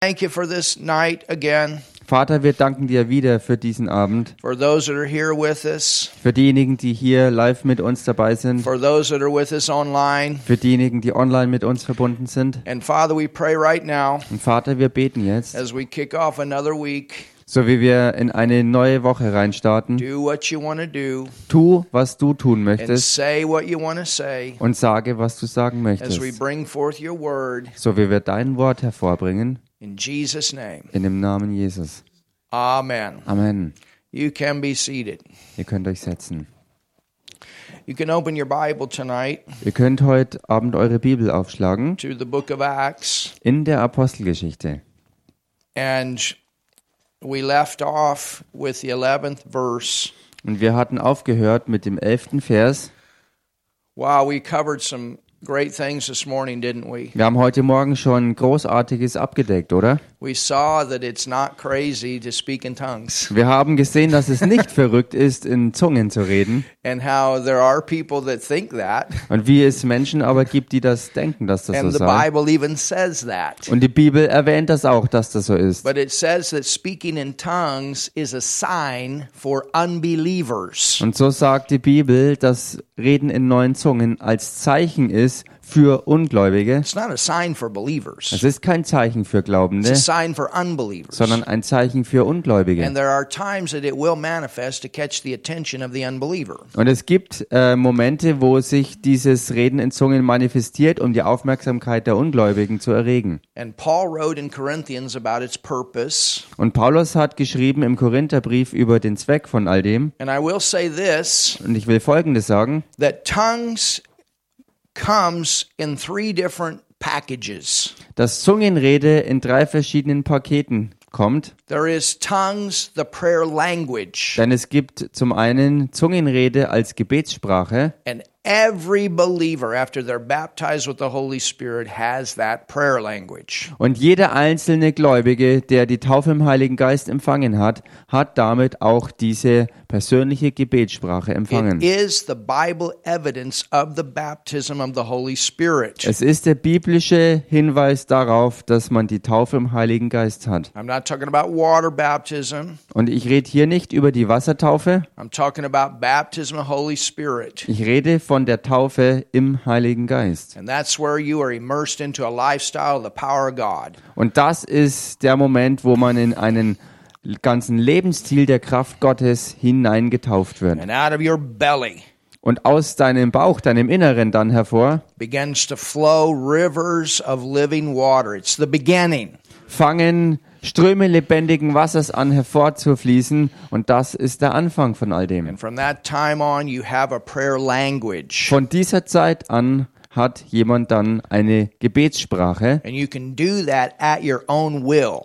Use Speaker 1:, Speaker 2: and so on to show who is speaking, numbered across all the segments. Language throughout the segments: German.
Speaker 1: Thank you for this night again,
Speaker 2: Vater, wir danken dir wieder für diesen Abend,
Speaker 1: for those that are here with us,
Speaker 2: für diejenigen, die hier live mit uns dabei sind,
Speaker 1: for those that are with us online.
Speaker 2: für diejenigen, die online mit uns verbunden sind.
Speaker 1: And Father, we pray right now
Speaker 2: Und Vater, wir beten jetzt,
Speaker 1: as we kick off another week
Speaker 2: so wie wir in eine neue Woche reinstarten.
Speaker 1: do what you want to do
Speaker 2: Tu, was du tun
Speaker 1: and
Speaker 2: möchtest
Speaker 1: say what you want to say
Speaker 2: und sage, was du sagen
Speaker 1: as we
Speaker 2: möchtest,
Speaker 1: bring forth your word
Speaker 2: so wie wir dein Wort hervorbringen,
Speaker 1: in Jesus' name.
Speaker 2: in dem Namen Jesus.
Speaker 1: Amen.
Speaker 2: Amen.
Speaker 1: You can be seated.
Speaker 2: Ihr könnt euch setzen.
Speaker 1: You can open your Bible tonight
Speaker 2: Ihr könnt heute Abend eure Bibel aufschlagen
Speaker 1: to the book of Acts.
Speaker 2: in der Apostelgeschichte.
Speaker 1: And we left off with the 11th verse.
Speaker 2: Und wir hatten aufgehört mit dem elften Vers.
Speaker 1: Wow, we covered some great things this morning, didn't we?
Speaker 2: Wir haben heute Morgen schon Großartiges abgedeckt, oder?
Speaker 1: We saw that it's not crazy to speak in tongues
Speaker 2: Wir haben gesehen, dass es nicht verrückt ist, in Zungen zu reden
Speaker 1: and how there are people that think that.
Speaker 2: und wie es Menschen aber gibt, die das denken, dass das so
Speaker 1: And the
Speaker 2: sei.
Speaker 1: Bible even says that.
Speaker 2: Und die Bibel erwähnt das auch, dass das so ist.
Speaker 1: But it says that speaking in tongues is a sign for unbelievers.
Speaker 2: Und so sagt die Bibel, dass Reden in neuen Zungen als Zeichen ist für Ungläubige.
Speaker 1: It's not a sign for believers,
Speaker 2: Es ist kein Zeichen für
Speaker 1: it's a
Speaker 2: Glaubende,
Speaker 1: sign for unbelievers.
Speaker 2: sondern ein Zeichen für Ungläubige.
Speaker 1: And there are times that it will manifest to catch the attention of the unbeliever.
Speaker 2: Und es gibt äh, Momente, wo sich dieses Reden in Zungen manifestiert, um die Aufmerksamkeit der Ungläubigen zu erregen.
Speaker 1: And Paul wrote in Corinthians about its purpose.
Speaker 2: Und Paulus hat geschrieben im Korintherbrief über den Zweck von all dem.
Speaker 1: And I will say this
Speaker 2: Und ich will Folgendes sagen.
Speaker 1: that tongues comes in three different packages.
Speaker 2: Dass Zungenrede in drei verschiedenen Paketen kommt.
Speaker 1: There is tongues, the prayer language,
Speaker 2: Denn es gibt zum einen Zungenrede als Gebetssprache.
Speaker 1: and every believer after they're baptized with the Holy Spirit has that prayer language.
Speaker 2: Und jeder einzelne Gläubige, der die Taufe im Heiligen Geist empfangen hat, hat damit auch diese persönliche Gebetssprache
Speaker 1: It
Speaker 2: empfangen.
Speaker 1: is the Bible evidence of the baptism of the Holy Spirit.
Speaker 2: Es ist der biblische Hinweis darauf, dass man die Taufe im Heiligen Geist hat.
Speaker 1: I'm not talking about water baptism.
Speaker 2: Und ich rede hier nicht über die Wassertaufe,
Speaker 1: I'm talking about baptism of Holy Spirit.
Speaker 2: Ich rede von der Taufe im Heiligen Geist.
Speaker 1: And that's where you are immersed into a lifestyle of the power of God.
Speaker 2: Und das ist der Moment, wo man in einen ganzen Lebensstil der Kraft Gottes hineingetauft wird.
Speaker 1: And out of your belly
Speaker 2: Und aus deinem Bauch, deinem Inneren dann hervor,
Speaker 1: begins to flow rivers of living water. It's the beginning.
Speaker 2: fangen Ströme lebendigen Wassers an hervorzufließen. Und das ist der Anfang von all dem.
Speaker 1: And from that time on, you have a prayer language.
Speaker 2: Von dieser Zeit an hat jemand dann eine Gebetssprache.
Speaker 1: And you can do that at your own will.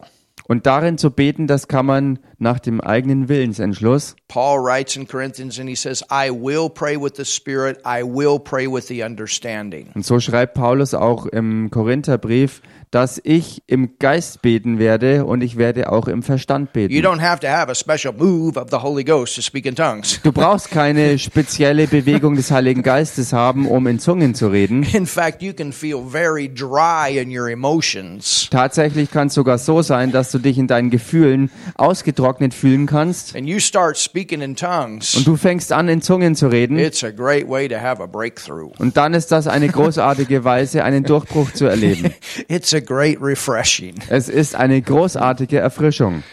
Speaker 2: Und darin zu beten, das kann man nach dem eigenen Willensentschluss.
Speaker 1: Paul writes in Corinthians and he says, I will pray with the Spirit, I will pray with the understanding.
Speaker 2: Und so schreibt Paulus auch im Korintherbrief, dass ich im Geist beten werde und ich werde auch im Verstand
Speaker 1: You
Speaker 2: beten.
Speaker 1: don't have to have a special move of the Holy Ghost to speak in tongues.
Speaker 2: Du brauchst keine spezielle Bewegung des Heiligen Geistes haben, um in Zungen zu reden.
Speaker 1: In fact, you can feel very dry in your emotions.
Speaker 2: Tatsächlich kann es sogar so sein, dass du dich in deinen Gefühlen ausgetrocknet fühlen kannst
Speaker 1: and you start speaking in
Speaker 2: und
Speaker 1: tongues,
Speaker 2: du fängst an, in Zungen zu reden.
Speaker 1: it's a great way to have a breakthrough.
Speaker 2: Und dann ist das eine großartige Weise, einen Durchbruch zu erleben.
Speaker 1: It's a great refreshing.
Speaker 2: Es ist eine großartige Erfrischung.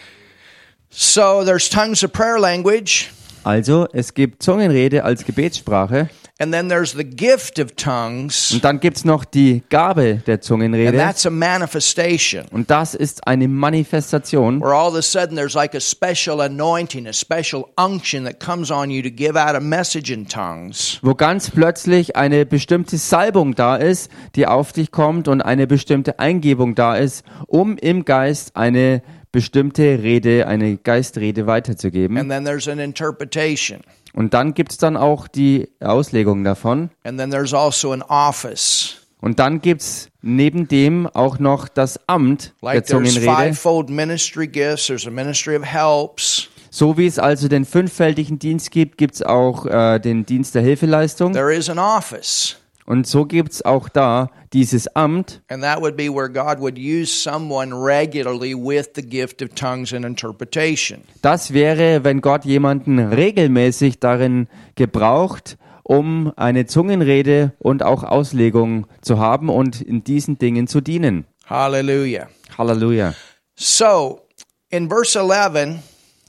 Speaker 1: So there's tongues of prayer language,
Speaker 2: Also, es gibt Zungenrede als Gebetssprache.
Speaker 1: and then there's the gift of tongues,
Speaker 2: Und dann gibt es noch die Gabe der
Speaker 1: and
Speaker 2: Zungenrede.
Speaker 1: that's a manifestation
Speaker 2: Und das ist eine Manifestation,
Speaker 1: where all of a sudden there's like a special anointing, a special unction that comes on you to give out a message in tongues.
Speaker 2: wo ganz plötzlich eine bestimmte Salbung da ist, die auf dich kommt und eine bestimmte Eingebung da ist, um im Geist eine bestimmte Rede, eine Geistrede weiterzugeben.
Speaker 1: And then there's an interpretation,
Speaker 2: Und dann gibt es dann auch die Auslegung davon.
Speaker 1: and then there's also an office.
Speaker 2: Und dann gibt es neben dem auch noch das Amt der
Speaker 1: Like there's
Speaker 2: Zungenrede.
Speaker 1: fivefold ministry gifts, there's a ministry of helps.
Speaker 2: So wie es also den fünffältigen Dienst gibt, gibt es auch äh, den Dienst der Hilfeleistung.
Speaker 1: There is an office.
Speaker 2: Und so gibt es auch da dieses Amt,
Speaker 1: And that would be where God would use someone regularly with the gift of tongues and interpretation.
Speaker 2: Das wäre, wenn Gott jemanden regelmäßig darin gebraucht, um eine Zungenrede und auch Auslegung zu haben und in diesen Dingen zu dienen.
Speaker 1: Hallelujah.
Speaker 2: Halleluja.
Speaker 1: So, in verse 11,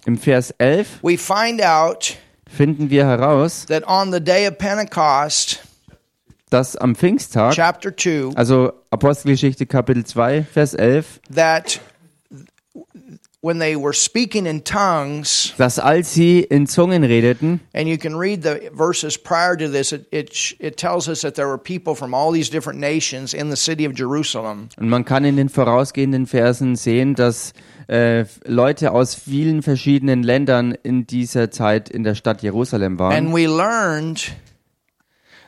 Speaker 2: Im Vers 11
Speaker 1: we find out
Speaker 2: finden wir heraus,
Speaker 1: that on the day of Pentecost,
Speaker 2: dass am Pfingsttag,
Speaker 1: chapter 2,
Speaker 2: also Apostelgeschichte Kapitel 2, Vers 11,
Speaker 1: that when they were speaking in tongues,
Speaker 2: dass als sie in Zungen redeten,
Speaker 1: and you can read the verses prior to this, it, it, sh- it tells us that there were people from all these different nations in the city of Jerusalem.
Speaker 2: und man kann in den vorausgehenden Versen sehen, dass äh, Leute aus vielen verschiedenen Ländern in dieser Zeit in der Stadt Jerusalem waren.
Speaker 1: And we learned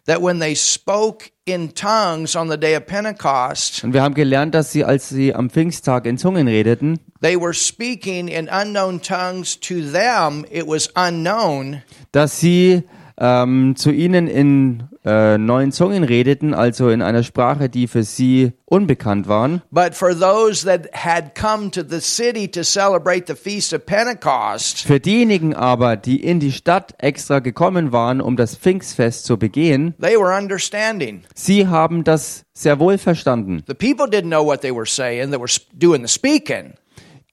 Speaker 1: that when they spoke in tongues on the day of Pentecost,
Speaker 2: Und wir haben gelernt, dass sie, als sie am Pfingsttag in Zungen redeten,
Speaker 1: they were speaking in unknown tongues to them. It was unknown,
Speaker 2: dass sie ähm, zu ihnen in äh, neuen Zungen redeten, also in einer Sprache, die für sie unbekannt waren.
Speaker 1: but for those that had come to the city to celebrate the feast of Pentecost,
Speaker 2: Für diejenigen aber, die in die Stadt extra gekommen waren, um das Pfingstfest zu begehen,
Speaker 1: they were understanding.
Speaker 2: sie haben das sehr wohl verstanden.
Speaker 1: The people didn't know what they were saying, that were sp- doing the speaking,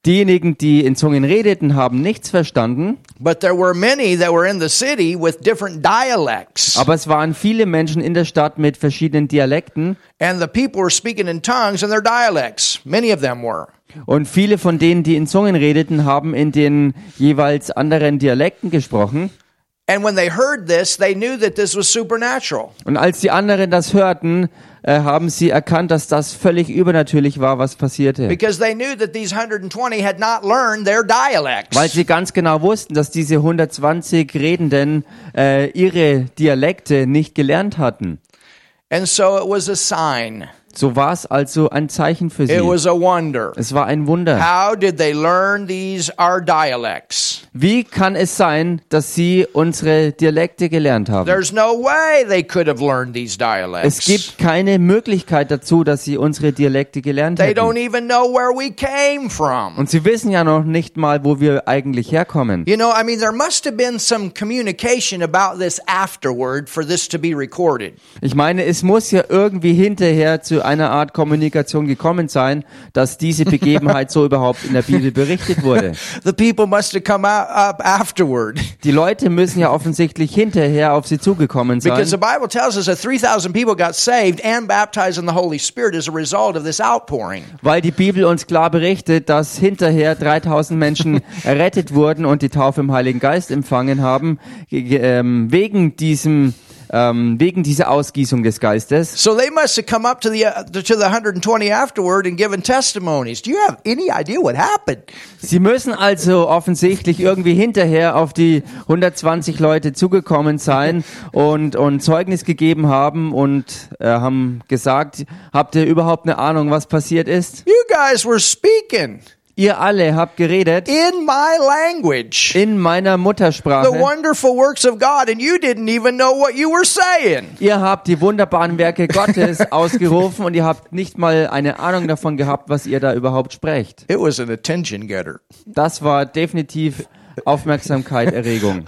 Speaker 2: Diejenigen, die in Zungen redeten, haben nichts verstanden,
Speaker 1: but there were many that were in the city with different dialects.
Speaker 2: aber es waren viele Menschen in der Stadt mit verschiedenen Dialekten
Speaker 1: And the people were speaking in tongues in their dialects. Many of them were.
Speaker 2: Und viele von denen, die in Zungen redeten, haben in den jeweils anderen Dialekten gesprochen.
Speaker 1: And when they heard this, they knew that this was supernatural.
Speaker 2: Und als die anderen das hörten, äh, haben sie erkannt, dass das völlig übernatürlich war, was passierte.
Speaker 1: Because they knew that these 120 had not learned their dialects.
Speaker 2: Weil sie ganz genau wussten, dass diese 120 Redenden äh, ihre Dialekte nicht gelernt hatten.
Speaker 1: And so it was a sign.
Speaker 2: So war es also ein Zeichen für
Speaker 1: It
Speaker 2: sie.
Speaker 1: was a wonder.
Speaker 2: Es war ein Wunder.
Speaker 1: How did they learn these our dialects?
Speaker 2: Wie kann es sein, dass sie unsere Dialekte gelernt haben?
Speaker 1: There's no way they could have learned these dialects.
Speaker 2: Es gibt keine Möglichkeit dazu, dass sie unsere Dialekte gelernt
Speaker 1: they
Speaker 2: hätten.
Speaker 1: don't e- even know where we came from.
Speaker 2: Und sie wissen ja noch nicht mal, wo wir eigentlich herkommen.
Speaker 1: You know, I mean, there must have been some communication about this afterward for this to be recorded.
Speaker 2: Ich meine, es muss ja irgendwie hinterher zu einer Art Kommunikation gekommen sein, dass diese Begebenheit so überhaupt in der Bibel berichtet wurde.
Speaker 1: The people must have come out, up afterward.
Speaker 2: Die Leute müssen ja offensichtlich hinterher auf sie zugekommen sein.
Speaker 1: Because the Bible tells us that 3,000 people got saved and baptized in the Holy Spirit as a result of this outpouring.
Speaker 2: Weil die Bibel uns klar berichtet, dass hinterher 3000 Menschen errettet wurden und die Taufe im Heiligen Geist empfangen haben, ge- ge- ähm, wegen diesem, ähm, wegen dieser Ausgießung des Geistes.
Speaker 1: So they must have come up to the, uh, to the 120 afterward and given testimonies. Do you have any idea what happened?
Speaker 2: Sie müssen also offensichtlich irgendwie hinterher auf die 120 Leute zugekommen sein und, und Zeugnis gegeben haben und äh, haben gesagt, habt ihr überhaupt eine Ahnung, was passiert ist?
Speaker 1: You guys were speaking
Speaker 2: Ihr alle habt geredet
Speaker 1: in my language
Speaker 2: in meiner
Speaker 1: the
Speaker 2: Muttersprache.
Speaker 1: wonderful works of God, and you didn't even know what you were saying.
Speaker 2: Ihr habt die wunderbaren Werke Gottes ausgerufen und ihr habt nicht mal eine Ahnung davon gehabt, was ihr da überhaupt sprecht.
Speaker 1: It was an attention getter.
Speaker 2: Das war definitiv Aufmerksamkeit, Erregung.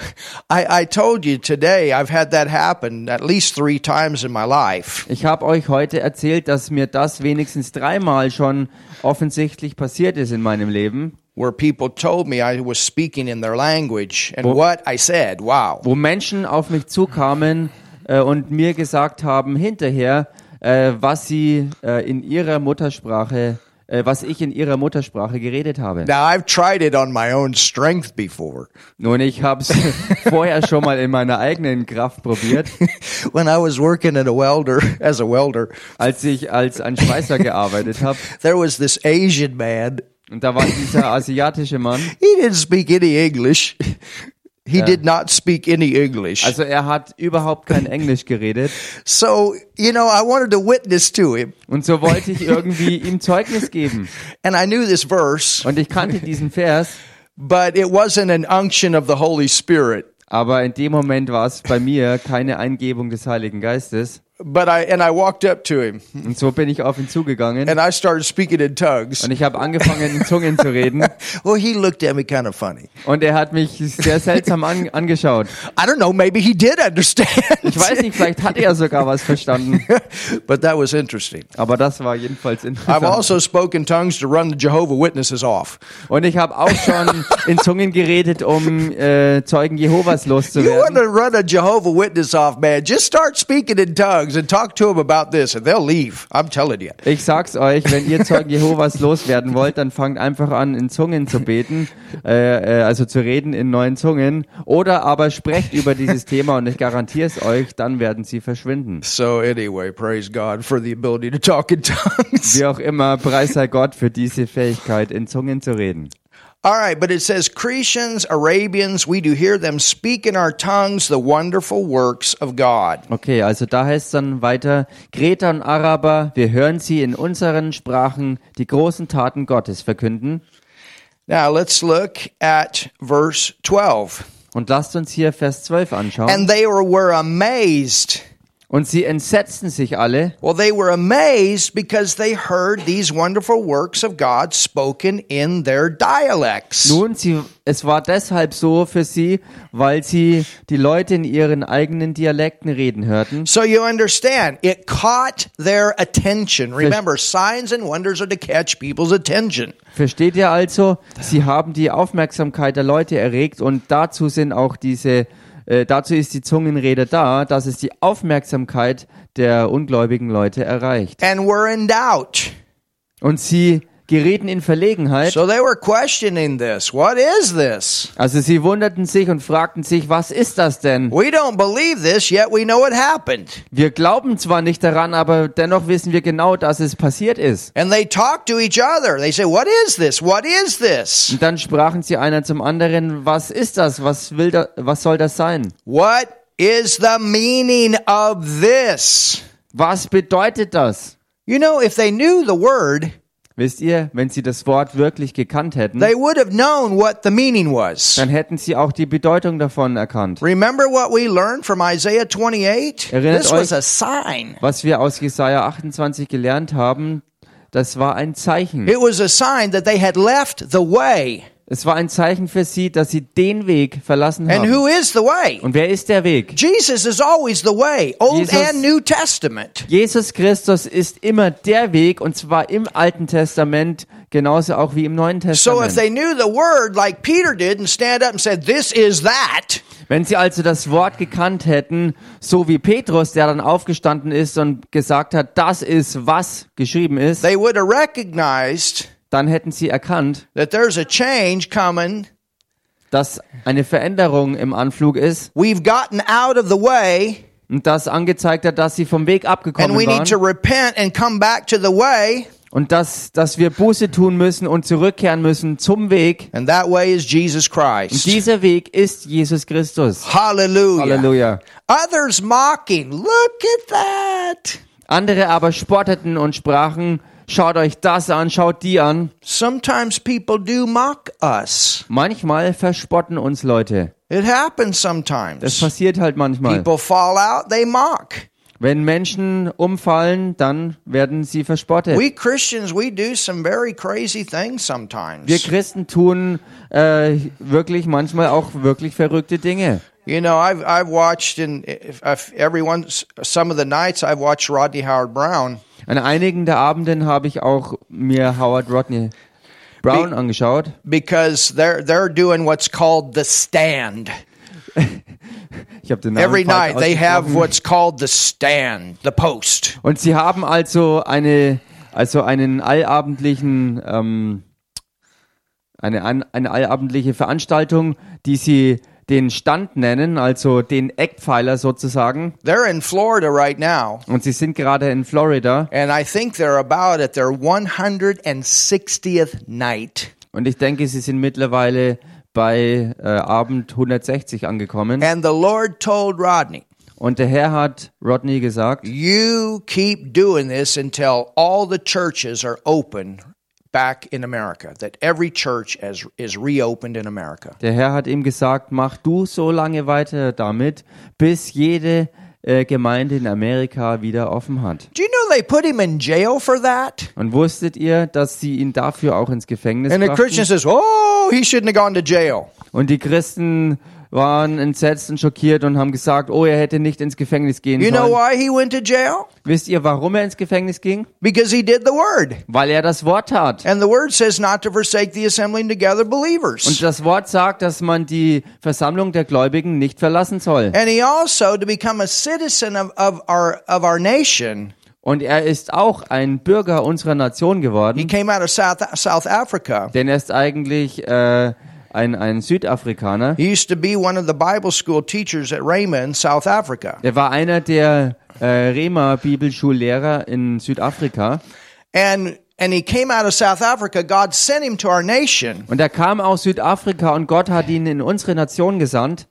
Speaker 1: I, I told you today I've had that happen at least three times in my life.
Speaker 2: Ich habe euch heute erzählt, dass mir das wenigstens dreimal schon offensichtlich passiert ist in meinem Leben,
Speaker 1: where people told me I was speaking in their language and what I said. Wow.
Speaker 2: wo Menschen auf mich zukamen äh, und mir gesagt haben hinterher, äh, was sie äh, in ihrer Muttersprache, äh, was ich in ihrer Muttersprache geredet habe.
Speaker 1: Now, I've tried it on my own strength before.
Speaker 2: Nun, ich habe es vorher schon mal in meiner eigenen Kraft probiert,
Speaker 1: When I was working at a welder, as a welder,
Speaker 2: als ich als ein Schweißer gearbeitet habe.
Speaker 1: there was this Asian man.
Speaker 2: Und da war dieser asiatische Mann.
Speaker 1: He didn't speak any English. He did not speak any English.
Speaker 2: Also er hat überhaupt kein Englisch geredet.
Speaker 1: so, you know, I wanted to witness to him.
Speaker 2: Und so wollte ich irgendwie ihm Zeugnis geben.
Speaker 1: And I knew this verse,
Speaker 2: Und ich kannte diesen Vers,
Speaker 1: but it wasn't an unction of the Holy Spirit.
Speaker 2: aber in dem Moment war es bei mir keine Eingebung des Heiligen Geistes.
Speaker 1: But I and I walked up to him
Speaker 2: Und so bin ich auf ihn zugegangen
Speaker 1: and I started speaking in tongues.
Speaker 2: und ich habe angefangen, in Zungen zu reden.
Speaker 1: Well, he looked at me kind of funny.
Speaker 2: Und er hat mich sehr seltsam an, angeschaut.
Speaker 1: I don't know, maybe he did understand.
Speaker 2: Ich weiß nicht, vielleicht hat er sogar was verstanden.
Speaker 1: but that was interesting.
Speaker 2: Aber das war jedenfalls
Speaker 1: I've
Speaker 2: interessant.
Speaker 1: also spoken tongues to run the Jehovah Witnesses off.
Speaker 2: Und ich habe auch schon in Zungen geredet, um äh, Zeugen Jehovas
Speaker 1: You want
Speaker 2: loszuwerden.
Speaker 1: to run a Jehovah Witness off, man? Just start speaking in tongues and talk to them about this, and they'll leave. I'm telling you.
Speaker 2: Ich sag's euch, wenn ihr Zeugen Jehovas loswerden wollt, dann fangt einfach an, in Zungen zu beten, äh, äh, also zu reden in neuen Zungen. Oder aber sprecht über dieses Thema und ich garantiere es euch, dann werden sie verschwinden.
Speaker 1: So anyway, praise God for the ability to talk in tongues.
Speaker 2: Wie auch immer, preis sei Gott für diese Fähigkeit, in Zungen zu reden.
Speaker 1: All right, but it says Cretians, Arabians, we do hear them speak in our tongues the wonderful works of God.
Speaker 2: Okay, also da heißt es dann weiter, Kreta und Araber, wir hören sie in unseren Sprachen die großen Taten Gottes verkünden.
Speaker 1: Now let's look at verse 12.
Speaker 2: Und lasst uns hier Vers 12 anschauen.
Speaker 1: And they were, were amazed.
Speaker 2: Und sie entsetzten sich alle,
Speaker 1: Well, they were amazed because they heard these wonderful works of God spoken in their dialects.
Speaker 2: Nun, sie, es war deshalb so für sie, weil sie die Leute in ihren eigenen Dialekten reden hörten.
Speaker 1: So you understand, it caught their attention. Remember, signs and wonders are to catch people's attention.
Speaker 2: Versteht ihr also? Sie haben die Aufmerksamkeit der Leute erregt und dazu sind auch diese, äh, dazu ist die Zungenrede da, dass es die Aufmerksamkeit der ungläubigen Leute erreicht.
Speaker 1: And were in doubt.
Speaker 2: Und sie gerieten in Verlegenheit.
Speaker 1: So they were questioning this. What is this?
Speaker 2: Also sie wunderten sich und fragten sich, was ist das denn?
Speaker 1: We don't believe this, yet we know it happened.
Speaker 2: Wir glauben zwar nicht daran, aber dennoch wissen wir genau, dass es passiert ist.
Speaker 1: And they talk to each other. They say, What is this? What is this?
Speaker 2: Und dann sprachen sie einer zum anderen, was ist das? Was will da, was soll das sein?
Speaker 1: What is the meaning of this?
Speaker 2: Was bedeutet das?
Speaker 1: You know, if they knew the word,
Speaker 2: Wisst ihr, wenn sie das Wort wirklich gekannt hätten,
Speaker 1: they would have known what the meaning was.
Speaker 2: dann hätten sie auch die Bedeutung davon erkannt.
Speaker 1: Remember what we learned from Isaiah 28?
Speaker 2: Erinnert
Speaker 1: This was
Speaker 2: euch-
Speaker 1: a sign.
Speaker 2: Was wir aus Jesaja 28 gelernt haben, das war ein Zeichen.
Speaker 1: It was a sign that they had left the way.
Speaker 2: Es war ein Zeichen für sie, dass sie den Weg verlassen
Speaker 1: And
Speaker 2: haben.
Speaker 1: who is the way?
Speaker 2: Und wer ist der Weg?
Speaker 1: Jesus is always the way, Old
Speaker 2: Jesus-
Speaker 1: and New Testament.
Speaker 2: Jesus Christus ist immer der Weg und zwar im Alten Testament genauso auch wie im Neuen
Speaker 1: So if
Speaker 2: Testament.
Speaker 1: they knew the word like Peter did and stand up and said, This is that,
Speaker 2: Wenn sie also das Wort gekannt hätten, so wie Petrus, der dann aufgestanden ist und gesagt hat, das ist, was geschrieben ist,
Speaker 1: they would have recognized
Speaker 2: dann hätten sie erkannt,
Speaker 1: that there's a change coming.
Speaker 2: dass eine Veränderung im Anflug ist
Speaker 1: We've gotten out of the way,
Speaker 2: und das angezeigt hat, dass sie vom Weg
Speaker 1: and
Speaker 2: abgekommen
Speaker 1: we need to
Speaker 2: waren
Speaker 1: repent and come back to the way.
Speaker 2: und dass, dass wir Buße tun müssen und zurückkehren müssen zum Weg.
Speaker 1: And that way is Jesus Christ.
Speaker 2: Dieser Weg ist Jesus Christus.
Speaker 1: Hallelujah.
Speaker 2: Halleluja.
Speaker 1: Others mocking. Look at that.
Speaker 2: Andere aber spotteten und sprachen, schaut euch das an, schaut die an.
Speaker 1: Sometimes people do mock us.
Speaker 2: Manchmal verspotten uns Leute.
Speaker 1: It happens
Speaker 2: Das
Speaker 1: sometimes.
Speaker 2: passiert halt manchmal.
Speaker 1: People fall out, they mock.
Speaker 2: Wenn Menschen umfallen, dann werden sie verspottet.
Speaker 1: We Christians, we do some very crazy things
Speaker 2: Wir
Speaker 1: sometimes.
Speaker 2: Christen tun äh, wirklich manchmal auch wirklich verrückte Dinge.
Speaker 1: You know, I've I've watched in if, if everyone some of the nights I've watched Rodney Howard Brown.
Speaker 2: An einigen der Abenden habe ich auch mir Howard Rodney Brown angeschaut,
Speaker 1: Because they're they're doing what's called the stand.
Speaker 2: ich habe den Namen
Speaker 1: Every
Speaker 2: falsch
Speaker 1: night they have
Speaker 2: ausgesprochen.
Speaker 1: what's called the stand, the post.
Speaker 2: und sie haben also eine also einen allabendlichen ähm, eine an- eine allabendliche Veranstaltung, die sie den Stand nennen, also den Eckpfeiler sozusagen.
Speaker 1: They're in Florida right now.
Speaker 2: Und sie sind gerade in Florida.
Speaker 1: And I think they're about at their 160th night.
Speaker 2: Und ich denke, sie sind mittlerweile bei äh, Abend 160 angekommen.
Speaker 1: And the Lord told Rodney,
Speaker 2: Und der Herr hat Rodney gesagt,
Speaker 1: You keep doing this until all the churches are open back in America, that every church is, is reopened in America.
Speaker 2: der Herr hat ihm gesagt, mach du so lange weiter damit, bis jede äh, Gemeinde in Amerika wieder offen hat.
Speaker 1: Do you know they put him in jail for that?
Speaker 2: Und wusstet ihr, dass sie ihn dafür auch ins Gefängnis
Speaker 1: And the Christian
Speaker 2: brachten?
Speaker 1: says, Oh, he shouldn't have gone to jail.
Speaker 2: Und die Christen waren entsetzt und schockiert und haben gesagt, oh, er hätte nicht ins Gefängnis gehen
Speaker 1: You know
Speaker 2: sollen.
Speaker 1: why he went to jail?
Speaker 2: Wisst ihr, warum er ins Gefängnis ging?
Speaker 1: Because he did the word.
Speaker 2: Weil er das Wort tat.
Speaker 1: And the word says not to forsake the assembling together
Speaker 2: Und
Speaker 1: believers.
Speaker 2: das Wort sagt, dass man die Versammlung der Gläubigen nicht verlassen soll.
Speaker 1: And he also, to become a citizen of, of, our, of our nation,
Speaker 2: Und er ist auch ein Bürger unserer Nation
Speaker 1: he
Speaker 2: geworden,
Speaker 1: came out of South, South Africa.
Speaker 2: denn er ist eigentlich äh, ein, ein Südafrikaner.
Speaker 1: He used to be one of the Bible school teachers at Raymond, South Africa.
Speaker 2: Er war einer der äh, Rema-Bibelschullehrer in Südafrika.
Speaker 1: And, and he came out of South Africa. God sent him to our nation.
Speaker 2: Und er kam aus Südafrika und Gott hat ihn in unsere Nation gesandt.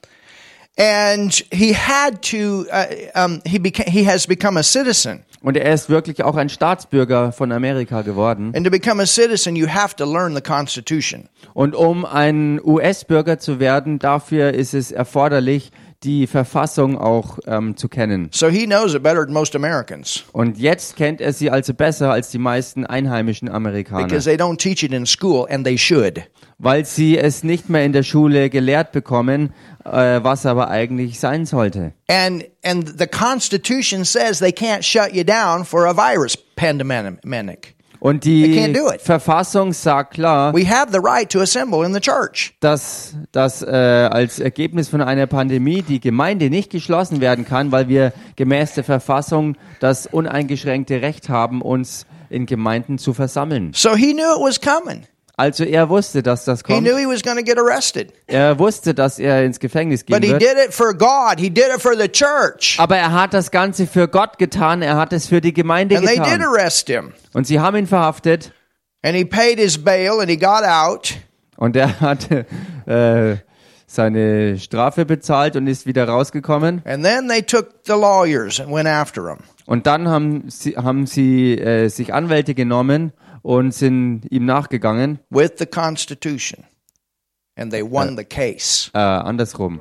Speaker 1: And he had to, uh, um, he, became, he has become a citizen.
Speaker 2: Und er ist wirklich auch ein Staatsbürger von Amerika geworden.
Speaker 1: And to become a citizen, you have to learn the Constitution.
Speaker 2: Und um ein US-Bürger zu werden, dafür ist es erforderlich, die Verfassung auch ähm, zu kennen.
Speaker 1: So he knows it better than most Americans
Speaker 2: Und jetzt kennt er sie also besser als die meisten einheimischen Amerikaner.
Speaker 1: because they don't teach it in school, and they should.
Speaker 2: weil sie es nicht mehr in der Schule gelehrt bekommen, äh, was aber eigentlich sein sollte.
Speaker 1: And, and the Constitution says they can't shut you down for a virus pandemic.
Speaker 2: Und
Speaker 1: They can't
Speaker 2: die
Speaker 1: do it.
Speaker 2: Verfassung sagt klar,
Speaker 1: We have the right to assemble in the church.
Speaker 2: dass, dass äh, als Ergebnis von einer Pandemie die Gemeinde nicht geschlossen werden kann, weil wir gemäß der Verfassung das uneingeschränkte Recht haben, uns in Gemeinden zu versammeln.
Speaker 1: So he knew it was coming.
Speaker 2: Also er wusste, dass das
Speaker 1: He
Speaker 2: kommt.
Speaker 1: knew he was going to get arrested.
Speaker 2: Er wusste, dass er ins Gefängnis gehen
Speaker 1: But he
Speaker 2: wird.
Speaker 1: did it for God. He did it for the church.
Speaker 2: Aber er hat das Ganze für Gott getan, er hat es für die Gemeinde
Speaker 1: And they did
Speaker 2: getan.
Speaker 1: arrest him.
Speaker 2: Und sie haben ihn verhaftet
Speaker 1: And he paid his bail and he got out.
Speaker 2: und er hat äh, seine Strafe bezahlt und ist wieder rausgekommen.
Speaker 1: And then they took the lawyers and went after him.
Speaker 2: Und dann haben sie, haben sie äh, sich Anwälte genommen und sind ihm nachgegangen.
Speaker 1: with the Constitution, and they won the case.
Speaker 2: Äh, andersrum.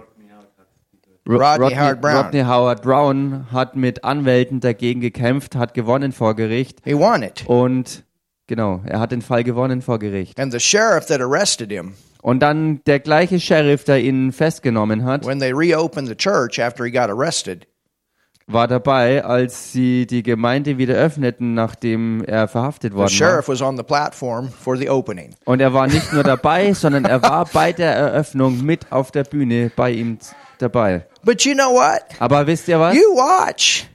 Speaker 2: Ro-
Speaker 1: Rodney Howard Brown.
Speaker 2: Rodney Howard Brown hat mit Anwälten dagegen gekämpft, hat gewonnen vor Gericht
Speaker 1: He won it.
Speaker 2: und genau, er hat den Fall gewonnen vor Gericht.
Speaker 1: And the sheriff that arrested him,
Speaker 2: Und dann der gleiche Sheriff, der ihn festgenommen hat,
Speaker 1: when they reopened the church after he got arrested,
Speaker 2: war dabei, als sie die Gemeinde wieder öffneten, nachdem er verhaftet
Speaker 1: the
Speaker 2: worden war.
Speaker 1: sheriff was on the platform for the opening.
Speaker 2: Und er war nicht nur dabei, sondern er war bei der Eröffnung mit auf der Bühne bei ihm z- dabei.
Speaker 1: But you know what?
Speaker 2: Aber wisst ihr was?
Speaker 1: You watch.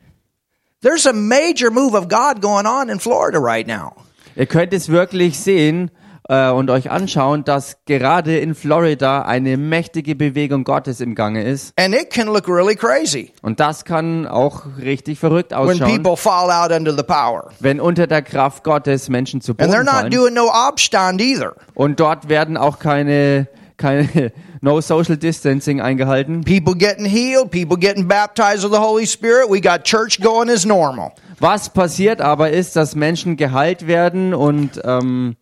Speaker 1: There's a major move of God going on in Florida right now.
Speaker 2: Ihr könnt es wirklich sehen äh, und euch anschauen, dass gerade in Florida eine mächtige Bewegung Gottes im Gange ist.
Speaker 1: And it can look really crazy
Speaker 2: Und das kann auch richtig verrückt
Speaker 1: when
Speaker 2: ausschauen,
Speaker 1: people fall out under the power.
Speaker 2: wenn unter der Kraft Gottes Menschen zu
Speaker 1: And
Speaker 2: Boden
Speaker 1: they're not
Speaker 2: fallen.
Speaker 1: doing no obstand either.
Speaker 2: Und dort werden auch keine, keine No Social Distancing eingehalten.
Speaker 1: People getting healed, people getting baptized with the Holy Spirit. We got church going as normal.
Speaker 2: Was passiert aber ist, dass Menschen geheilt werden und ähm,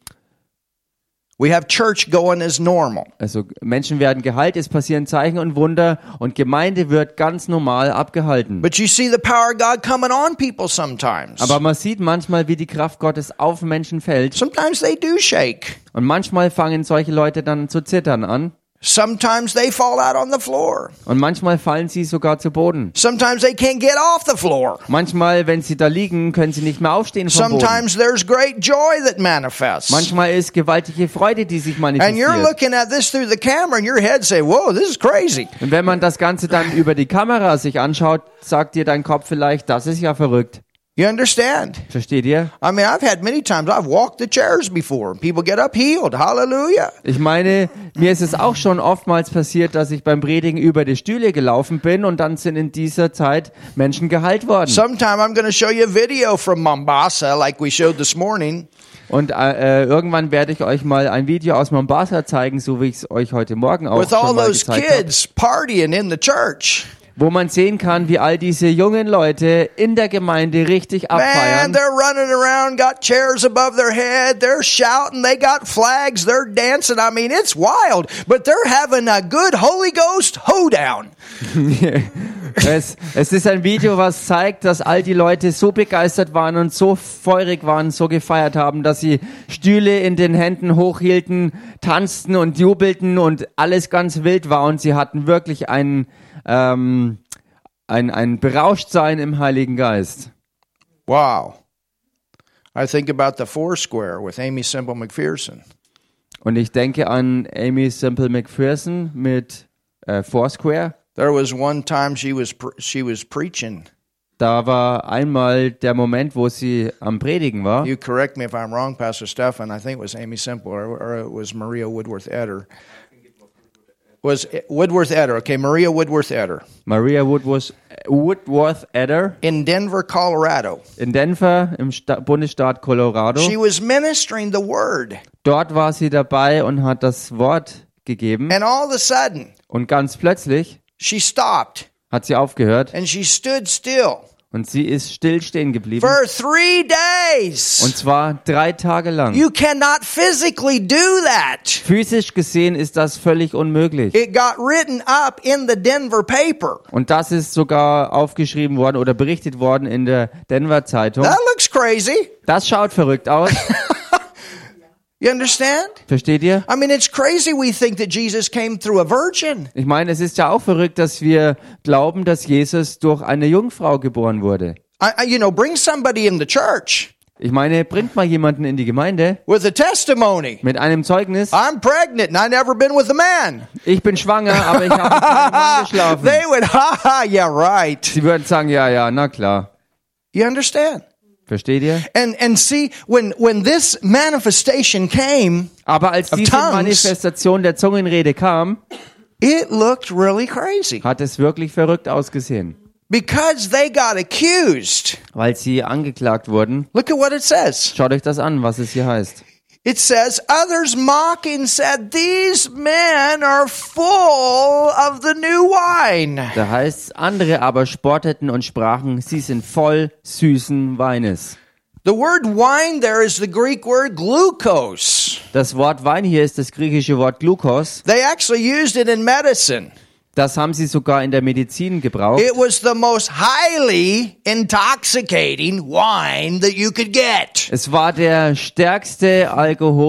Speaker 1: We have church going as normal.
Speaker 2: also Menschen werden geheilt, es passieren Zeichen und Wunder und Gemeinde wird ganz normal abgehalten.
Speaker 1: But you see the power of God coming on people sometimes.
Speaker 2: Aber man sieht manchmal, wie die Kraft Gottes auf Menschen fällt
Speaker 1: Sometimes they do shake.
Speaker 2: und manchmal fangen solche Leute dann zu zittern an
Speaker 1: Sometimes they fall out on the floor.
Speaker 2: und manchmal fallen sie sogar zu Boden.
Speaker 1: Sometimes they can't get off the floor.
Speaker 2: Manchmal, wenn sie da liegen, können sie nicht mehr aufstehen vom Boden.
Speaker 1: Sometimes there's great joy that manifests.
Speaker 2: Manchmal ist gewaltige Freude, die sich
Speaker 1: And you're
Speaker 2: manifestiert.
Speaker 1: looking at this through the camera and your head say, whoa, this is crazy.
Speaker 2: Und wenn man das Ganze dann über die Kamera sich anschaut, sagt dir dein Kopf vielleicht, das ist ja verrückt.
Speaker 1: You understand?
Speaker 2: Versteht ihr?
Speaker 1: I mean, I've had many times I've walked the chairs before. People get up healed. Hallelujah.
Speaker 2: Ich meine, mir ist es auch schon oftmals passiert, dass ich beim Predigen über die Stühle gelaufen bin und dann sind in dieser Zeit Menschen geheilt worden.
Speaker 1: Sometime I'm going to show you a video from Mombasa like we showed this morning.
Speaker 2: Und äh, äh, irgendwann werde ich euch mal ein Video aus Mombasa zeigen, so wie ich es euch heute Morgen auch
Speaker 1: with all
Speaker 2: schon mal
Speaker 1: those
Speaker 2: gezeigt habe,
Speaker 1: kids partying in the church.
Speaker 2: wo man sehen kann, wie all diese jungen Leute in der Gemeinde richtig
Speaker 1: Man,
Speaker 2: abfeiern.
Speaker 1: they're running around, got chairs above their head, they're shouting, they got flags, they're dancing. I mean, it's wild, but they're having a good Holy Ghost hoedown.
Speaker 2: Es, es ist ein Video, was zeigt, dass all die Leute so begeistert waren und so feurig waren, so gefeiert haben, dass sie Stühle in den Händen hochhielten, tanzten und jubelten und alles ganz wild war und sie hatten wirklich ein, ähm, ein, ein Berauschtsein im Heiligen Geist.
Speaker 1: Wow. I think about the Foursquare with Amy Simple McPherson.
Speaker 2: Und ich denke an Amy Simple McPherson mit äh, Foursquare.
Speaker 1: There was one time she was pre- she was preaching.
Speaker 2: Da war einmal der Moment, wo sie am Predigen war.
Speaker 1: You correct me if I'm wrong, Pastor Stefan. I think it was Amy Simple or, or it was Maria Woodworth Eder. Was Woodworth Eder? Okay, Maria Woodworth Eder
Speaker 2: Maria Woodworth, Woodworth Eder
Speaker 1: in Denver, Colorado.
Speaker 2: in Denver im Sta Bundesstaat Colorado.
Speaker 1: She was ministering the word,
Speaker 2: Dort war sie dabei und hat das Wort gegeben.
Speaker 1: and all of a sudden
Speaker 2: Und ganz plötzlich
Speaker 1: she stopped
Speaker 2: hat sie aufgehört
Speaker 1: and she stood still
Speaker 2: und sie ist still stehen geblieben.
Speaker 1: for three
Speaker 2: Und
Speaker 1: days.
Speaker 2: zwar drei Tage lang.
Speaker 1: You cannot physically do that.
Speaker 2: Physisch gesehen ist das völlig unmöglich.
Speaker 1: It got written up in the Denver paper.
Speaker 2: Und das ist sogar aufgeschrieben worden oder berichtet worden in der Denver Zeitung.
Speaker 1: That looks crazy.
Speaker 2: Das schaut verrückt aus.
Speaker 1: You understand?
Speaker 2: Versteht ihr?
Speaker 1: I mean, it's crazy we think that Jesus came through a virgin.
Speaker 2: Ich meine, es ist ja auch verrückt, dass wir glauben, dass Jesus durch eine Jungfrau geboren wurde.
Speaker 1: I, I, you know, bring somebody in the church
Speaker 2: Ich meine, bringt mal jemanden in die Gemeinde
Speaker 1: with a testimony.
Speaker 2: mit einem Zeugnis.
Speaker 1: I'm pregnant and I never been with a man.
Speaker 2: Ich bin schwanger, aber ich habe mit keinem Mann geschlafen.
Speaker 1: They would, ha ha, yeah, right.
Speaker 2: Sie würden sagen, ja, ja, na klar.
Speaker 1: You understand?
Speaker 2: Versteht ihr?
Speaker 1: And and see when when this manifestation came,
Speaker 2: Aber als diese
Speaker 1: tongues.
Speaker 2: Manifestation der Zungenrede kam,
Speaker 1: it looked really crazy
Speaker 2: hat es wirklich verrückt ausgesehen,
Speaker 1: because they got accused.
Speaker 2: weil sie angeklagt wurden.
Speaker 1: Look at what it says.
Speaker 2: Schaut euch das an, was es hier heißt.
Speaker 1: It says others mocking said these men are full of the new wine.
Speaker 2: Da heißt andere aber spotteten und sprachen, sie sind voll süßen Weines.
Speaker 1: The word wine there is the Greek word glucose.
Speaker 2: Das Wort Wein hier ist das griechische Wort Glukos.
Speaker 1: They actually used it in medicine.
Speaker 2: Das haben sie sogar in der Medizin gebraucht.
Speaker 1: It was the most highly intoxicating wine that you could get.
Speaker 2: Es war der stärkste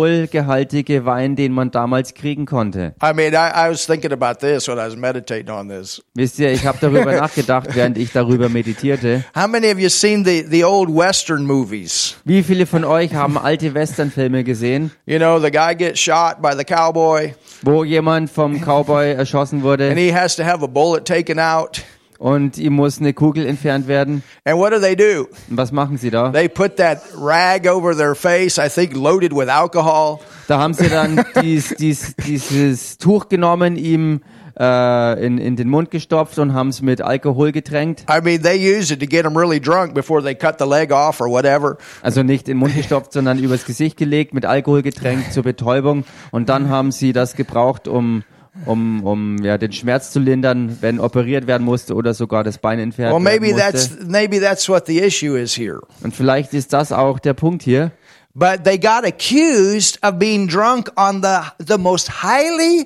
Speaker 2: alkoholgehaltige Wein, den man damals kriegen konnte.
Speaker 1: I mean, I, I was thinking about this when I was meditating on this.
Speaker 2: Wisst ihr, ich habe darüber nachgedacht, während ich darüber meditierte.
Speaker 1: How many of you seen the, the old Western movies?
Speaker 2: Wie viele von euch haben alte Westernfilme gesehen,
Speaker 1: You know, the guy gets shot by the cowboy
Speaker 2: wo jemand vom Cowboy erschossen
Speaker 1: and
Speaker 2: wurde
Speaker 1: he has to have a bullet taken out.
Speaker 2: und ihm muss eine Kugel entfernt werden?
Speaker 1: And what do they do?
Speaker 2: Und was machen sie da?
Speaker 1: They put that rag over their face, I think loaded with alcohol.
Speaker 2: Da haben sie dann dies, dies, dieses Tuch genommen, ihm äh, in, in den Mund gestopft und haben es mit Alkohol getränkt.
Speaker 1: I mean, they use it to get them really drunk before they cut the leg off or whatever.
Speaker 2: Also nicht in den Mund gestopft, sondern übers Gesicht gelegt, mit Alkohol getränkt zur Betäubung. Und dann haben sie das gebraucht, um, um, um ja, den Schmerz zu lindern, wenn operiert werden musste oder sogar das Bein entfernt
Speaker 1: Well, maybe
Speaker 2: werden musste.
Speaker 1: that's maybe that's what the issue is here.
Speaker 2: Und vielleicht ist das auch der Punkt hier.
Speaker 1: But they got accused of being drunk on the the most highly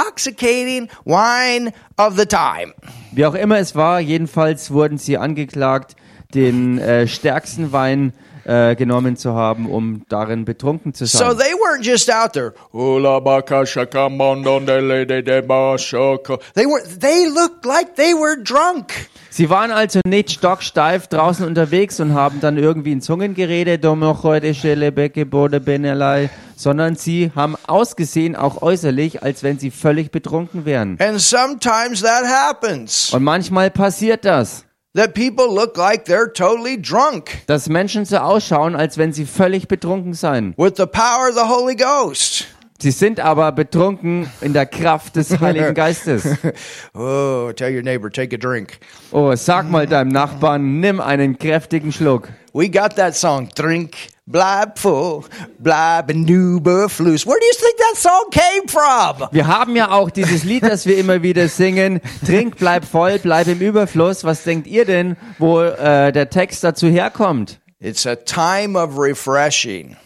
Speaker 1: intoxicating wine of the time.
Speaker 2: Wie auch immer es war, jedenfalls wurden sie angeklagt, den äh, stärksten Wein äh, genommen zu haben, um darin betrunken zu sein.
Speaker 1: So they weren't just out there. "Oh, "Ula baka shaka mondondele de de ba shoko." They were they looked like they were drunk.
Speaker 2: sie waren also nicht stocksteif draußen unterwegs und haben dann irgendwie in Zungen geredet, "Domo heute Schelle, Becke, Bode, Benelei", sondern sie haben ausgesehen, auch äußerlich, als wenn sie völlig betrunken wären.
Speaker 1: And sometimes that happens.
Speaker 2: Und manchmal passiert das,
Speaker 1: That people look like they're totally drunk
Speaker 2: dass Menschen so ausschauen, als wenn sie völlig betrunken seien.
Speaker 1: with the power of the Holy Ghost.
Speaker 2: Sie sind aber betrunken in der Kraft des Heiligen Geistes.
Speaker 1: Oh, tell your neighbor, take a drink.
Speaker 2: Oh, sag mal deinem Nachbarn, nimm einen kräftigen Schluck.
Speaker 1: We got that song, Drink, Blab Full, Blab and Überfluss. Where do you think that song came from?
Speaker 2: Wir haben ja auch dieses Lied, das wir immer wieder singen. Trink, bleib voll, bleib im Überfluss. Was denkt ihr denn, wo äh, der Text dazu herkommt?
Speaker 1: It's a time of refreshing.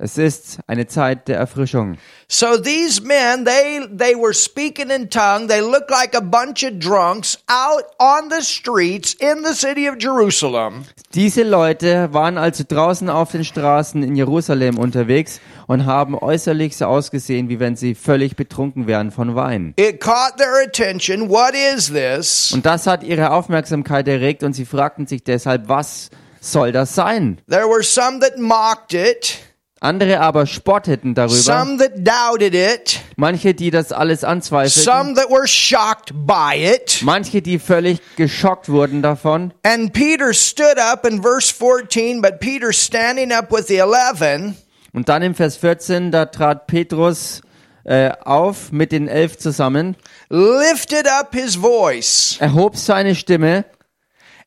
Speaker 2: Es ist eine Zeit der Erfrischung.
Speaker 1: So these men, they they were speaking in tongue. They looked like a bunch of drunks out on the streets in the city of Jerusalem.
Speaker 2: Diese Leute waren also draußen auf den Straßen in Jerusalem unterwegs und haben äußerlich so ausgesehen, wie wenn sie völlig betrunken wären von Wein.
Speaker 1: It caught their attention. What is this?
Speaker 2: Und das hat ihre Aufmerksamkeit erregt und sie fragten sich deshalb, was soll das sein?
Speaker 1: There were some that mocked it,
Speaker 2: Andere aber spotteten darüber,
Speaker 1: some that doubted it,
Speaker 2: manche, die das alles anzweifelten,
Speaker 1: some that were shocked by it.
Speaker 2: manche, die völlig geschockt wurden davon.
Speaker 1: And Peter stood up in verse 14, but Peter standing up with the 11
Speaker 2: Und dann im Vers 14, da trat Petrus äh, auf mit den elf zusammen,
Speaker 1: lifted up his voice
Speaker 2: erhob seine Stimme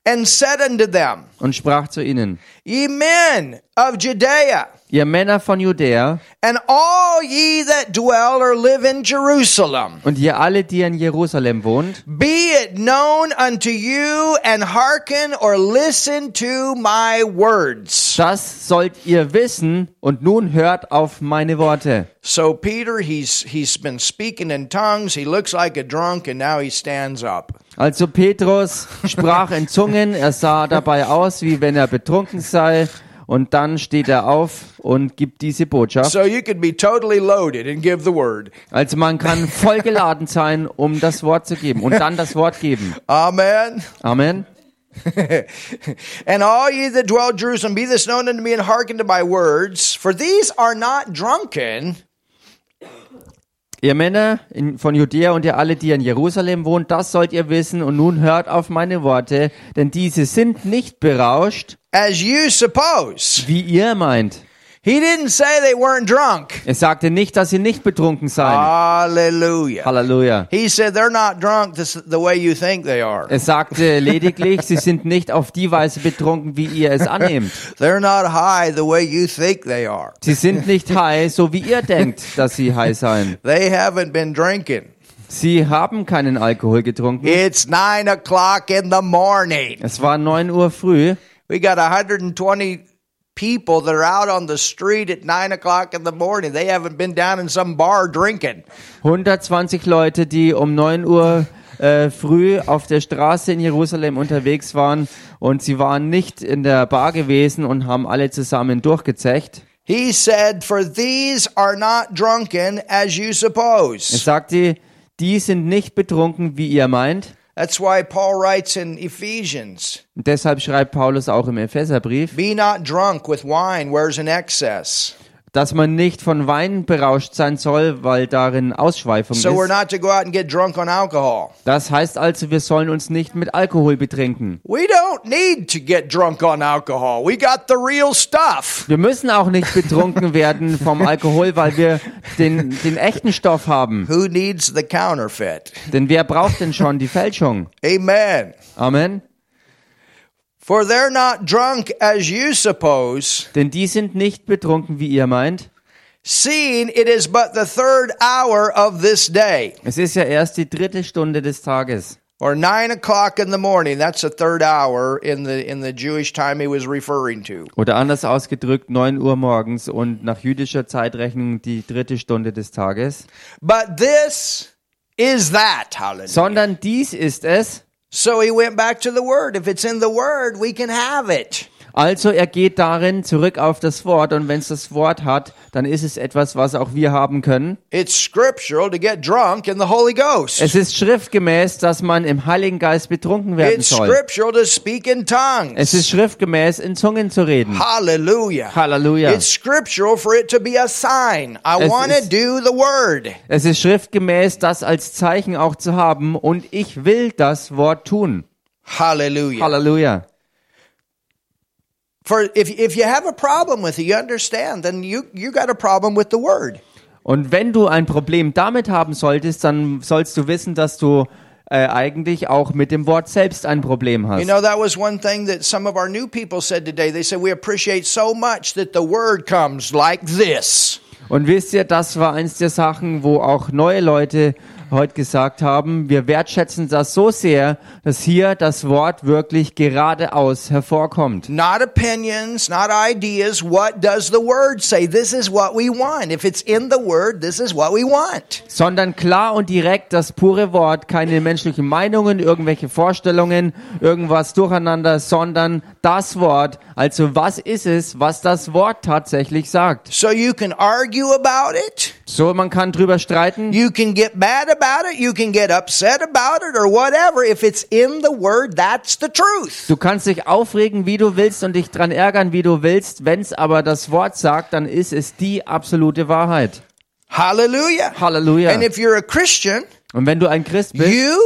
Speaker 1: and said unto them,
Speaker 2: und sprach zu ihnen,
Speaker 1: Ye men of Judea,
Speaker 2: ihr Männer von Judäa
Speaker 1: and all ye that dwell or live in Jerusalem,
Speaker 2: und ihr alle, die in Jerusalem wohnt,
Speaker 1: be it known unto you, and hearken or listen to my words.
Speaker 2: das sollt ihr wissen und nun hört auf meine Worte.
Speaker 1: So Peter, he's he's been speaking in tongues. He looks like a drunk, and now he stands up.
Speaker 2: Also Petrus sprach in Zungen, er sah dabei aus, wie wenn er betrunken sei, und dann steht er auf und gibt diese Botschaft.
Speaker 1: So you could be totally loaded and give the word.
Speaker 2: Also man kann voll geladen sein, um das Wort zu geben und dann das Wort geben.
Speaker 1: Amen.
Speaker 2: Amen.
Speaker 1: and all ye that dwell in Jerusalem, be this known unto me, and hearken to my words. For these are not drunken,
Speaker 2: Ihr Männer in, von Judäa und ihr alle, die in Jerusalem wohnt, das sollt ihr wissen und nun hört auf meine Worte, denn diese sind nicht berauscht,
Speaker 1: as you suppose.
Speaker 2: wie ihr meint.
Speaker 1: He didn't say they weren't drunk.
Speaker 2: Er sagte nicht, dass sie nicht betrunken seien.
Speaker 1: Hallelujah.
Speaker 2: Halleluja.
Speaker 1: He said they're not drunk this, the way you think they are.
Speaker 2: Er sagte lediglich, sie sind nicht auf die Weise betrunken, wie ihr es annehmt.
Speaker 1: They're not high the way you think they are.
Speaker 2: Sie sind nicht high, so wie ihr denkt, dass sie high seien.
Speaker 1: They haven't been drinking.
Speaker 2: Sie haben keinen Alkohol getrunken.
Speaker 1: It's nine o'clock in the morning.
Speaker 2: Es war 9 Uhr früh.
Speaker 1: We got 120 people that are out on the street at nine o'clock in the morning. They haven't been down in some bar drinking.
Speaker 2: 120 Leute, die um 9 Uhr äh, früh auf der Straße in Jerusalem unterwegs waren und sie waren nicht in der Bar gewesen und haben alle zusammen durchgezecht.
Speaker 1: He said, For these are not drunken as you
Speaker 2: Er
Speaker 1: suppose.
Speaker 2: sagte, die sind nicht betrunken, wie ihr meint.
Speaker 1: That's why Paul writes in Ephesians
Speaker 2: Und deshalb schreibt Paulus auch im Epheserbrief,
Speaker 1: Be not drunk with wine, where's an excess.
Speaker 2: dass man nicht von Wein berauscht sein soll, weil darin Ausschweifung
Speaker 1: So we're
Speaker 2: ist.
Speaker 1: not to go out and get drunk on alcohol.
Speaker 2: Das heißt also, wir sollen uns nicht mit Alkohol betrinken.
Speaker 1: We don't need to get drunk on alcohol. We got the real stuff.
Speaker 2: Wir müssen auch nicht betrunken werden vom Alkohol, weil wir den, den echten Stoff haben.
Speaker 1: Who needs the counterfeit?
Speaker 2: Denn wer braucht denn schon die Fälschung?
Speaker 1: Amen.
Speaker 2: Amen.
Speaker 1: For they're not drunk as you suppose,
Speaker 2: Denn die sind nicht betrunken, wie ihr meint.
Speaker 1: seeing it is but the third hour of this day,
Speaker 2: Es ist ja erst die dritte Stunde des Tages.
Speaker 1: or nine o'clock in the morning. That's the third hour in the in the Jewish time he was referring to.
Speaker 2: Oder anders ausgedrückt, 9 Uhr morgens und nach jüdischer Zeitrechnung die dritte Stunde des Tages.
Speaker 1: But this is that. Hallelujah.
Speaker 2: Sondern dies ist es.
Speaker 1: So he went back to the word. If it's in the word, we can have it.
Speaker 2: Also er geht darin zurück auf das Wort und wenn es das Wort hat, dann ist es etwas, was auch wir haben können.
Speaker 1: It's scriptural to get drunk in the Holy Ghost.
Speaker 2: Es ist schriftgemäß, dass man im Heiligen Geist betrunken werden
Speaker 1: It's
Speaker 2: soll.
Speaker 1: scriptural to speak in
Speaker 2: Es ist
Speaker 1: tongues.
Speaker 2: schriftgemäß, in Zungen zu reden.
Speaker 1: Hallelujah.
Speaker 2: Halleluja.
Speaker 1: It's scriptural for it to be a sign. I
Speaker 2: Es
Speaker 1: want to
Speaker 2: ist-
Speaker 1: do the word.
Speaker 2: Es ist schriftgemäß, das als Zeichen auch zu haben und ich will das Wort tun.
Speaker 1: Hallelujah.
Speaker 2: Halleluja.
Speaker 1: for if if you have a problem with it, you understand, then you you got a problem with the word.
Speaker 2: Und wenn du ein Problem damit haben solltest, dann sollst du wissen, dass du äh, eigentlich auch mit dem Wort selbst ein Problem
Speaker 1: You
Speaker 2: hast.
Speaker 1: know, that was one thing that some of our new people said today. They said, We appreciate so much that the word comes like this.
Speaker 2: Und wisst ihr, das war eins der Sachen, wo auch neue Leute heute gesagt haben. Wir wertschätzen das so sehr, dass hier das Wort wirklich geradeaus hervorkommt.
Speaker 1: Not opinions, not ideas. What does the Word say? This is what we want. If it's in the Word, this is what we want.
Speaker 2: Sondern klar und direkt das pure Wort, keine menschlichen Meinungen, irgendwelche Vorstellungen, irgendwas durcheinander, sondern das Wort. Also was ist es, was das Wort tatsächlich sagt?
Speaker 1: So you can argue about it.
Speaker 2: So, man kann drüber streiten.
Speaker 1: You can get mad about it. You can get upset about it or whatever. If it's in the Word, that's the truth.
Speaker 2: Du kannst dich aufregen, wie du willst und dich dran ärgern, wie du willst. Wenn es aber das Wort sagt, dann ist es die absolute Wahrheit.
Speaker 1: Hallelujah.
Speaker 2: Halleluja.
Speaker 1: And if you're a Christian,
Speaker 2: Und wenn du ein Christ bist,
Speaker 1: you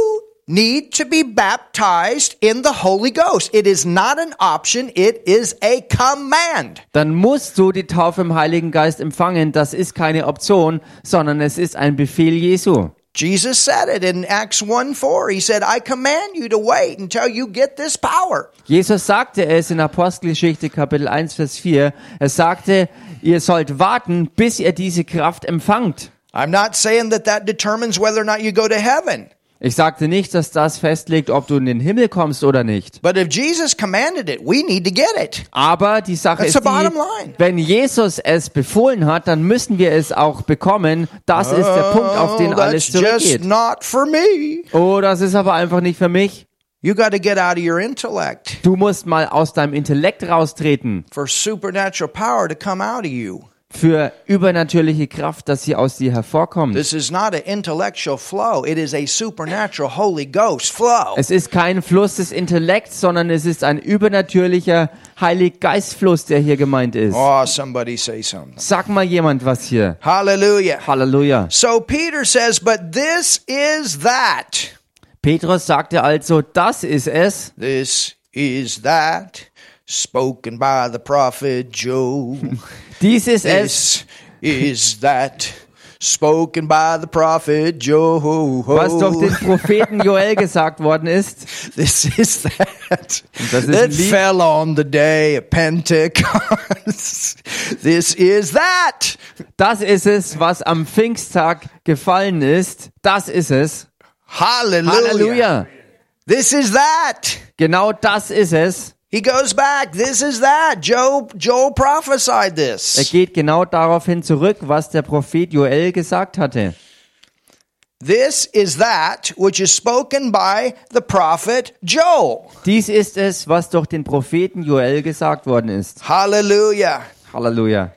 Speaker 1: need to be baptized in the Holy Ghost. It is not an option, it is a command.
Speaker 2: dann musst du die Taufe im Heiligen Geist empfangen. Das ist keine Option, sondern es ist ein Befehl Jesu.
Speaker 1: Jesus said it in Acts 1 4. He said, I command you to wait until you get this power.
Speaker 2: Jesus sagte es in Apostelgeschichte Kapitel 1 Vers 4. Er sagte, ihr sollt warten, bis ihr diese Kraft empfangt.
Speaker 1: I'm not saying that that determines whether or not you go to heaven.
Speaker 2: Ich sagte nicht, dass das festlegt, ob du in den Himmel kommst oder nicht.
Speaker 1: But if Jesus commanded it, we need to get it.
Speaker 2: Aber die Sache
Speaker 1: That's
Speaker 2: ist,
Speaker 1: the bottom
Speaker 2: die,
Speaker 1: line.
Speaker 2: wenn Jesus es befohlen hat, dann müssen wir es auch bekommen. Das ist der Punkt, auf den
Speaker 1: Oh, that's
Speaker 2: alles
Speaker 1: just
Speaker 2: zurückgeht.
Speaker 1: not for me.
Speaker 2: Oh, das ist aber einfach nicht für mich.
Speaker 1: You got to get out of your intellect
Speaker 2: Du musst mal aus deinem Intellekt raustreten
Speaker 1: for supernatural power to come out of you.
Speaker 2: für übernatürliche Kraft, dass sie aus dir hervorkommt.
Speaker 1: This is not an intellectual flow, it is a supernatural Holy Ghost flow.
Speaker 2: Es ist kein Fluss des Intellekts, sondern es ist ein übernatürlicher Heiliggeistfluss, der hier gemeint ist.
Speaker 1: Oh, somebody say something.
Speaker 2: Sag mal jemand was hier.
Speaker 1: Hallelujah.
Speaker 2: Halleluja.
Speaker 1: So Peter says, But this is that.
Speaker 2: Petrus sagte also, das ist es,
Speaker 1: This is that spoken by the prophet Joel.
Speaker 2: dies ist es,
Speaker 1: This is that spoken by the prophet Joel.
Speaker 2: was durch den Propheten Joel gesagt worden ist.
Speaker 1: This is that.
Speaker 2: das ist ein
Speaker 1: that
Speaker 2: Lied.
Speaker 1: fell on the day of Pentecost. This is that.
Speaker 2: Das ist es, was am Pfingsttag gefallen ist. Das ist es.
Speaker 1: Hallelujah.
Speaker 2: Halleluja.
Speaker 1: This is that.
Speaker 2: Genau das ist es.
Speaker 1: He goes back. This is that. Job, Joel prophesied
Speaker 2: Er
Speaker 1: this.
Speaker 2: geht genau daraufhin zurück, was der Prophet Joel gesagt hatte.
Speaker 1: This is that which is spoken by the prophet Joel.
Speaker 2: Dies ist es, was durch den Propheten Joel gesagt worden ist.
Speaker 1: Hallelujah.
Speaker 2: Halleluja.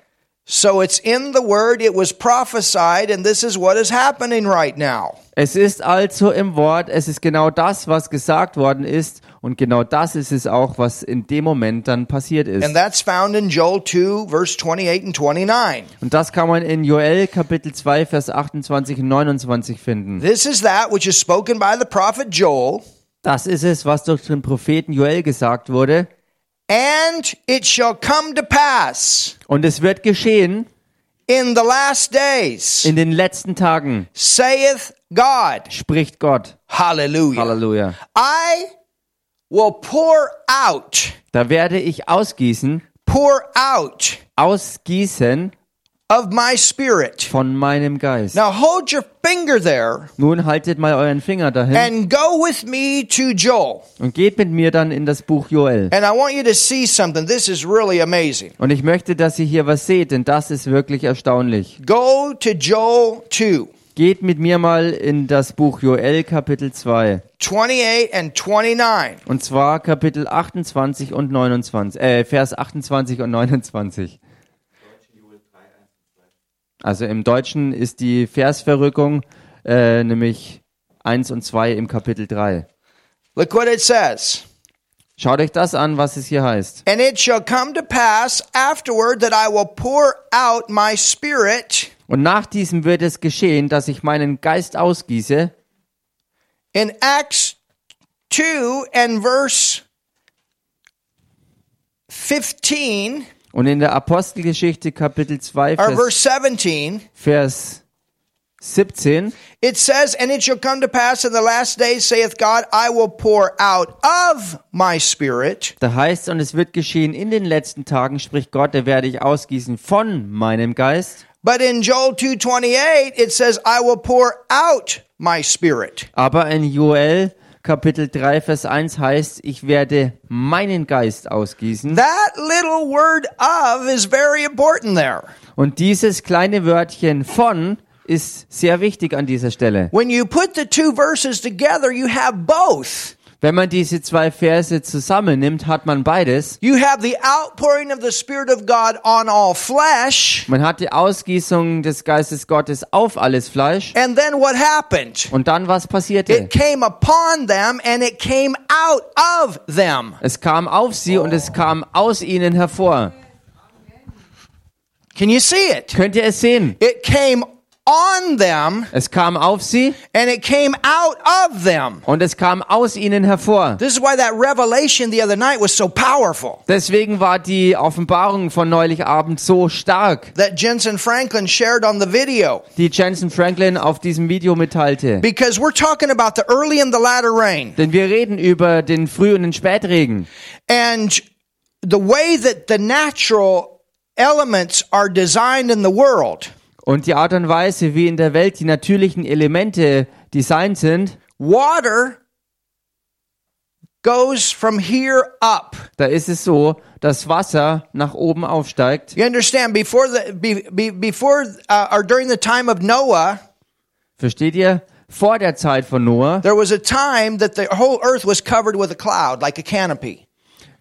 Speaker 1: So it's in the word, it was prophesied, and this is what is happening right now.
Speaker 2: Es ist also im Wort, es ist genau das, was gesagt worden ist und genau das ist es auch, was in dem Moment dann passiert
Speaker 1: And
Speaker 2: ist.
Speaker 1: that's found in Joel 2, verse 28 and 29.
Speaker 2: Und das kann man in Joel Kapitel 2 Vers 28 und 29 finden.
Speaker 1: This is that which is spoken by the prophet Joel,
Speaker 2: Das ist es, was durch den Propheten Joel gesagt wurde
Speaker 1: and it shall come to pass
Speaker 2: und es wird geschehen
Speaker 1: in the last days,
Speaker 2: in den letzten Tagen,
Speaker 1: saith God.
Speaker 2: spricht Gott.
Speaker 1: Hallelujah.
Speaker 2: Halleluja.
Speaker 1: I will pour out,
Speaker 2: Da werde ich ausgießen,
Speaker 1: pour out
Speaker 2: ausgießen
Speaker 1: of my spirit.
Speaker 2: von meinem Geist.
Speaker 1: Now hold your finger there
Speaker 2: Nun haltet mal euren Finger dahin
Speaker 1: and go with me to Joel.
Speaker 2: und geht mit mir dann in das Buch Joel.
Speaker 1: And I want you to see something. This is really amazing.
Speaker 2: Und ich möchte, dass ihr hier was seht, denn das ist wirklich erstaunlich.
Speaker 1: Go to Joel 2,
Speaker 2: Geht mit mir mal in das Buch Joel Kapitel 2.
Speaker 1: 28 and 29.
Speaker 2: Und zwar Kapitel 28 und 29, äh, Vers 28 und 29. Also im Deutschen ist die Versverrückung äh, nämlich 1 und 2 im Kapitel 3.
Speaker 1: Look what it says.
Speaker 2: Schaut euch das an, was es hier heißt.
Speaker 1: And it shall come to pass afterward that I will pour out my spirit
Speaker 2: Und nach diesem wird es geschehen, dass ich meinen Geist ausgieße.
Speaker 1: in Acts 2 and verse 15
Speaker 2: Und in der Apostelgeschichte Kapitel 2
Speaker 1: or verse
Speaker 2: Vers,
Speaker 1: 17.
Speaker 2: Vers 17,
Speaker 1: It says, And it shall come to pass in the last days, saith God, I will pour out of my spirit.
Speaker 2: da heißt und es wird geschehen in den letzten Tagen, spricht Gott, da werde ich ausgießen von meinem Geist
Speaker 1: But in Joel 2:28 it says I will pour out my spirit.
Speaker 2: Aber in Joel Kapitel 3, Vers 1 heißt, ich werde meinen Geist ausgießen.
Speaker 1: That little word of is very important there.
Speaker 2: Und dieses kleine Wörtchen von ist sehr wichtig an dieser Stelle.
Speaker 1: When you put the two verses together you have both.
Speaker 2: Wenn man diese zwei Verse zusammennimmt, hat man beides.
Speaker 1: You have the outpouring of the spirit of God on all flesh
Speaker 2: Man hat die Ausgießung des Geistes Gottes auf alles Fleisch.
Speaker 1: and then what happened?
Speaker 2: Und dann was passierte?
Speaker 1: It came upon them and it came out of them.
Speaker 2: Es kam auf sie und es kam aus ihnen hervor.
Speaker 1: Can you see it?
Speaker 2: Könnt ihr es sehen?
Speaker 1: It came on them
Speaker 2: Es kam auf sie
Speaker 1: and it came out of them.
Speaker 2: und es kam aus ihnen hervor.
Speaker 1: This is why that revelation the other night was so powerful
Speaker 2: Deswegen war die Offenbarung von neulich Abend so stark,
Speaker 1: that Jensen Franklin shared on the video.
Speaker 2: die Jensen Franklin auf diesem Video mitteilte.
Speaker 1: Because we're talking about the early and the latter rain.
Speaker 2: Denn wir reden über den Früh- und den Spätregen.
Speaker 1: And the way that the natural elements are designed in the world,
Speaker 2: Und die Art und Weise, wie in der Welt die natürlichen Elemente designt sind,
Speaker 1: water goes from here up.
Speaker 2: da ist es so, dass Wasser nach oben aufsteigt.
Speaker 1: You understand? Before the be, be, before uh, or during the time of Noah,
Speaker 2: Versteht ihr? Vor der Zeit von Noah
Speaker 1: there was a time that the whole earth was covered with a cloud, like a canopy.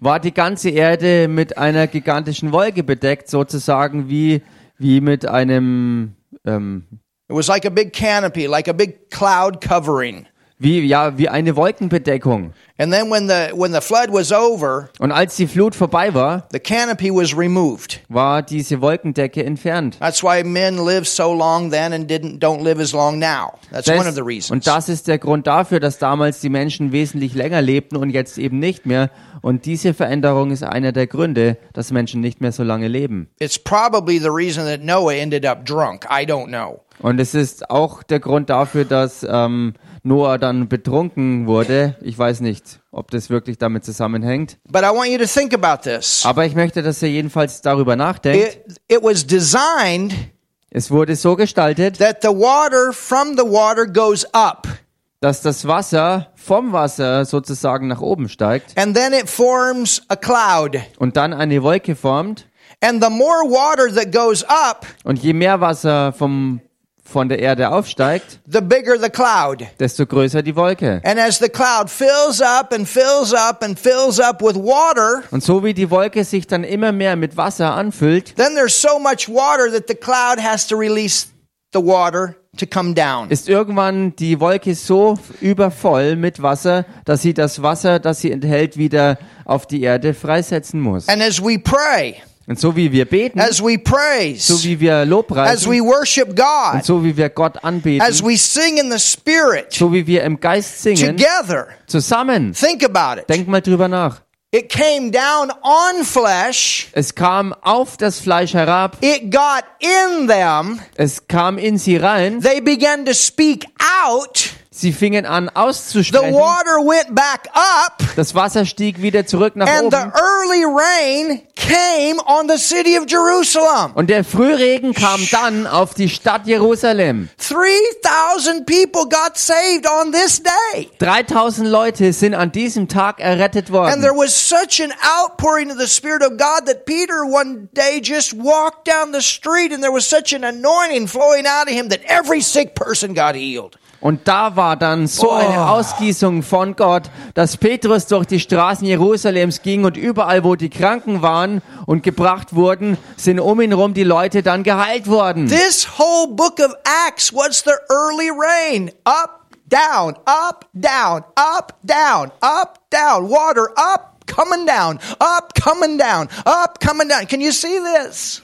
Speaker 2: war die ganze Erde mit einer gigantischen Wolke bedeckt, sozusagen wie, wie mit einem, ähm,
Speaker 1: It was like a big canopy, like a big cloud covering.
Speaker 2: wie, ja, wie eine Wolkenbedeckung.
Speaker 1: And then when the when the flood was over,
Speaker 2: Und als die Flut vorbei war,
Speaker 1: the canopy was removed.
Speaker 2: war diese Wolkendecke entfernt.
Speaker 1: That's why men lived so long then and didn't don't live as long now. That's one of the
Speaker 2: Das,
Speaker 1: reasons.
Speaker 2: und das ist der Grund dafür, dass damals die Menschen wesentlich länger lebten und jetzt eben nicht mehr. Und diese Veränderung ist einer der Gründe, dass Menschen nicht mehr so lange leben.
Speaker 1: It's probably the reason that Noah ended up drunk. I don't know.
Speaker 2: Und es ist auch der Grund dafür, dass ähm, Noah dann betrunken wurde. Ich weiß nicht, ob das wirklich damit zusammenhängt.
Speaker 1: But I want you to think about this.
Speaker 2: Aber ich möchte, dass ihr jedenfalls darüber nachdenkt.
Speaker 1: It it was designed
Speaker 2: Es wurde so gestaltet,
Speaker 1: that the water from the water goes up
Speaker 2: dass das Wasser vom Wasser sozusagen nach oben steigt
Speaker 1: and then it forms a cloud.
Speaker 2: und dann eine Wolke formt.
Speaker 1: And the more water that goes up,
Speaker 2: Und je mehr Wasser vom, von der Erde aufsteigt,
Speaker 1: the bigger the cloud.
Speaker 2: desto größer die Wolke.
Speaker 1: And as the cloud fills up and fills up and fills up with water,
Speaker 2: Und so wie die Wolke sich dann immer mehr mit Wasser anfüllt,
Speaker 1: then there's so much water that the cloud has to release the water to come down.
Speaker 2: ist irgendwann die Wolke so übervoll mit Wasser, dass sie das Wasser, das sie enthält, wieder auf die Erde freisetzen muss.
Speaker 1: And as we pray,
Speaker 2: Und so wie wir beten,
Speaker 1: as we
Speaker 2: so
Speaker 1: praise,
Speaker 2: wie wir
Speaker 1: as
Speaker 2: Lobpreisen,
Speaker 1: we worship
Speaker 2: und
Speaker 1: God,
Speaker 2: so wie wir Gott
Speaker 1: as
Speaker 2: anbeten,
Speaker 1: we sing in the Spirit
Speaker 2: so wie wir im Geist singen,
Speaker 1: together,
Speaker 2: zusammen.
Speaker 1: think about it.
Speaker 2: Denk mal drüber nach.
Speaker 1: It came down on flesh,
Speaker 2: Es kam auf das Fleisch herab,
Speaker 1: it got in them,
Speaker 2: es kam in sie rein,
Speaker 1: they began to speak out,
Speaker 2: sie fingen an
Speaker 1: the
Speaker 2: auszusprechen.
Speaker 1: water went back up.
Speaker 2: Das Wasser stieg wieder zurück nach
Speaker 1: And the
Speaker 2: oben.
Speaker 1: early rain came on the city of Jerusalem.
Speaker 2: Und der Frühregen kam dann auf die Stadt Jerusalem.
Speaker 1: 3,000 people got saved on this day.
Speaker 2: 3000 Leute sind an diesem Tag errettet
Speaker 1: And there
Speaker 2: worden.
Speaker 1: was such an outpouring of the Spirit of God that Peter one day just walked down the street and there was such an anointing flowing out of him that every sick person got healed.
Speaker 2: Und da war dann so
Speaker 1: Oh.
Speaker 2: eine Ausgießung von Gott, dass Petrus durch die Straßen Jerusalems ging und überall, wo die Kranken waren und gebracht wurden, sind um ihn rum die Leute dann geheilt worden.
Speaker 1: This whole book of Acts, what's the early rain? Up, down, up, down, up, down, up, down, water up, coming down, up, coming down, up, coming down. Can you see this?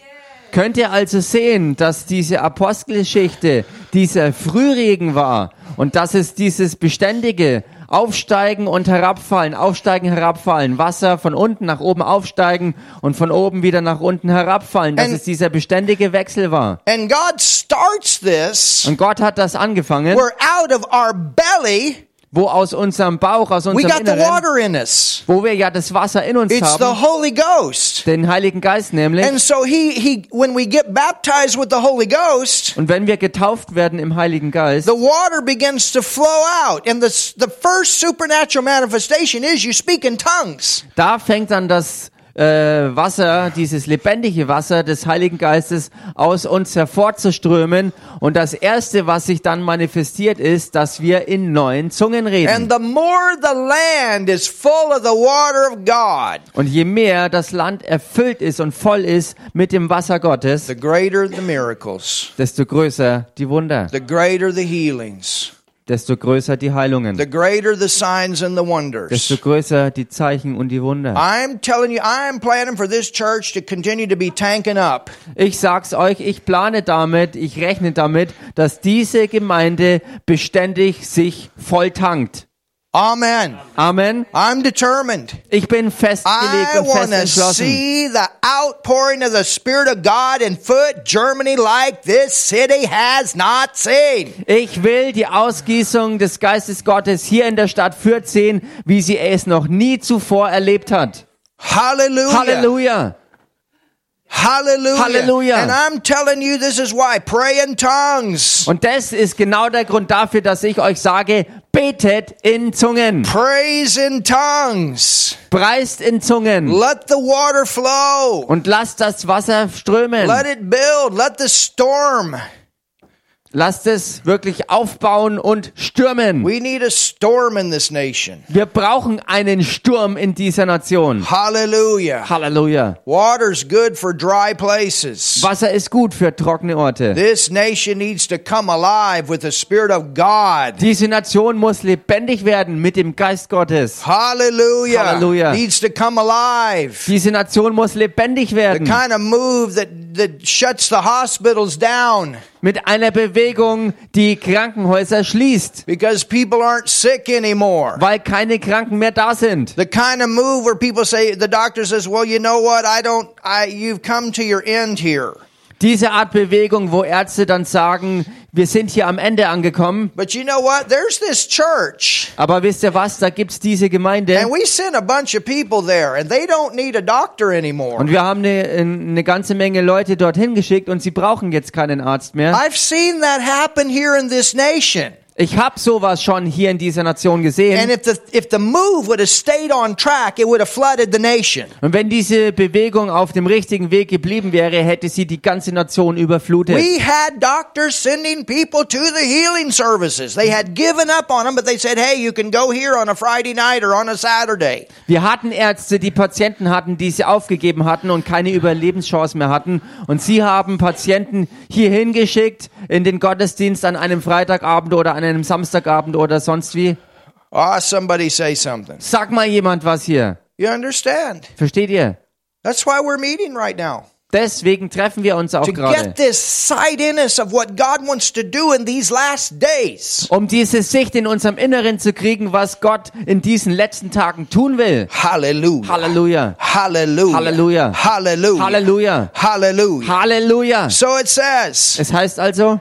Speaker 2: Könnt ihr also sehen, dass diese Apostelgeschichte dieser Frühregen war und dass es dieses beständige Aufsteigen und Herabfallen, Aufsteigen, Herabfallen, Wasser von unten nach oben aufsteigen und von oben wieder nach unten herabfallen, dass
Speaker 1: Ein-
Speaker 2: es dieser beständige Wechsel war.
Speaker 1: And God starts this.
Speaker 2: Und Gott hat das angefangen,
Speaker 1: We're out of our belly
Speaker 2: wo aus unserem Bauch, aus
Speaker 1: We
Speaker 2: unserem
Speaker 1: got the
Speaker 2: Inneren,
Speaker 1: water in us.
Speaker 2: wo wir ja das Wasser in uns
Speaker 1: It's the
Speaker 2: haben,
Speaker 1: Holy Ghost.
Speaker 2: den Heiligen Geist nämlich.
Speaker 1: And so he he when we get baptized with the Holy Ghost,
Speaker 2: Und wenn wir getauft werden im Heiligen Geist,
Speaker 1: the water begins to flow out and the the first supernatural manifestation is you speak in tongues.
Speaker 2: da fängt dann das äh, Wasser, dieses lebendige Wasser des Heiligen Geistes aus uns hervorzuströmen. Und das Erste, was sich dann manifestiert, ist, dass wir in neuen Zungen reden.
Speaker 1: And the more the land is full of the water of God,
Speaker 2: Und je mehr das Land erfüllt ist und voll ist mit dem Wasser Gottes,
Speaker 1: the greater the miracles,
Speaker 2: desto größer die Wunder,
Speaker 1: the greater the healings,
Speaker 2: desto größer die
Speaker 1: the
Speaker 2: Heilungen,
Speaker 1: greater the signs and the wonders.
Speaker 2: desto größer die Zeichen und die Wunder.
Speaker 1: I'm telling you, I'm planning for this church to continue to be tanking up.
Speaker 2: Ich sag's euch, ich plane damit, ich rechne damit, dass diese Gemeinde beständig sich voll tankt.
Speaker 1: Amen.
Speaker 2: Amen.
Speaker 1: I'm determined.
Speaker 2: Ich bin festgelegt
Speaker 1: I
Speaker 2: und
Speaker 1: want
Speaker 2: fest
Speaker 1: to
Speaker 2: entschlossen.
Speaker 1: see the outpouring of the Spirit of God in foot Germany like this city has not seen.
Speaker 2: Ich will die Ausgießung des Geistes Gottes hier in der Stadt Fürth sehen, wie sie es noch nie zuvor erlebt hat.
Speaker 1: Hallelujah.
Speaker 2: Halleluja.
Speaker 1: Hallelujah.
Speaker 2: Hallelujah.
Speaker 1: And I'm telling you, this is why. Pray in tongues.
Speaker 2: Und das ist genau der Grund dafür, dass ich euch sage, betet in Zungen,
Speaker 1: Praise in tongues.
Speaker 2: preist in Zungen
Speaker 1: Let the water flow.
Speaker 2: und lasst das Wasser strömen.
Speaker 1: Let it build. Let the storm.
Speaker 2: Lasst es wirklich aufbauen und stürmen.
Speaker 1: We need a storm in this nation.
Speaker 2: Wir brauchen einen Sturm in dieser Nation.
Speaker 1: Hallelujah.
Speaker 2: Halleluja.
Speaker 1: Water's good for dry places.
Speaker 2: Wasser ist gut für trockene Orte.
Speaker 1: This nation needs to come alive with the Spirit of God.
Speaker 2: Diese Nation muss lebendig werden mit dem Geist Gottes.
Speaker 1: Hallelujah.
Speaker 2: Hallelujah.
Speaker 1: Needs to come alive.
Speaker 2: Diese Nation muss lebendig
Speaker 1: The
Speaker 2: werden
Speaker 1: kind of move that, that shuts the hospitals down
Speaker 2: mit einer Bewegung, die Krankenhäuser schließt,
Speaker 1: because people aren't sick anymore.
Speaker 2: weil keine Kranken mehr da sind.
Speaker 1: The kind of move where people say, the doctor says, well, you know what? I don't, I, you've come to your end here.
Speaker 2: Diese Art Bewegung, wo Ärzte dann sagen, wir sind hier am Ende angekommen.
Speaker 1: But you know what? There's this church.
Speaker 2: Aber wisst ihr was, da gibt's diese
Speaker 1: And
Speaker 2: Gemeinde
Speaker 1: we sent a bunch of people there, and they don't need a doctor anymore.
Speaker 2: und wir haben eine, eine ganze Menge Leute dorthin geschickt und sie brauchen jetzt keinen Arzt mehr.
Speaker 1: I've seen that happen here in this nation.
Speaker 2: Ich hab sowas schon hier in dieser Nation
Speaker 1: And
Speaker 2: gesehen.
Speaker 1: if the if the move would have stayed on track, it would have flooded the nation.
Speaker 2: Und wenn diese Bewegung auf dem richtigen Weg geblieben wäre, hätte sie die ganze Nation überflutet.
Speaker 1: We had doctors sending people to the healing services. They had given up on them, but they said, "Hey, you can go here on a Friday night or on a Saturday."
Speaker 2: Wir hatten Ärzte, die Patienten hatten, die sie aufgegeben hatten und keine Überlebenschance mehr hatten. Und sie haben Patienten hierhin geschickt in den Gottesdienst an einem Freitagabend oder an einem Samstagabend oder sonst wie.
Speaker 1: Ah, somebody say something.
Speaker 2: Sag mal jemand was hier.
Speaker 1: You understand?
Speaker 2: Versteht ihr?
Speaker 1: That's why we're meeting right now.
Speaker 2: Deswegen treffen wir uns auch
Speaker 1: To
Speaker 2: gerade.
Speaker 1: get this sight in us of what God wants to do in these last days.
Speaker 2: Um diese Sicht in unserem Inneren zu kriegen, was Gott in diesen letzten Tagen tun will.
Speaker 1: Hallelujah.
Speaker 2: Halleluja.
Speaker 1: Hallelujah.
Speaker 2: Hallelujah.
Speaker 1: Hallelujah.
Speaker 2: Halleluja.
Speaker 1: Hallelujah.
Speaker 2: Halleluja.
Speaker 1: So it says,
Speaker 2: Es heißt also,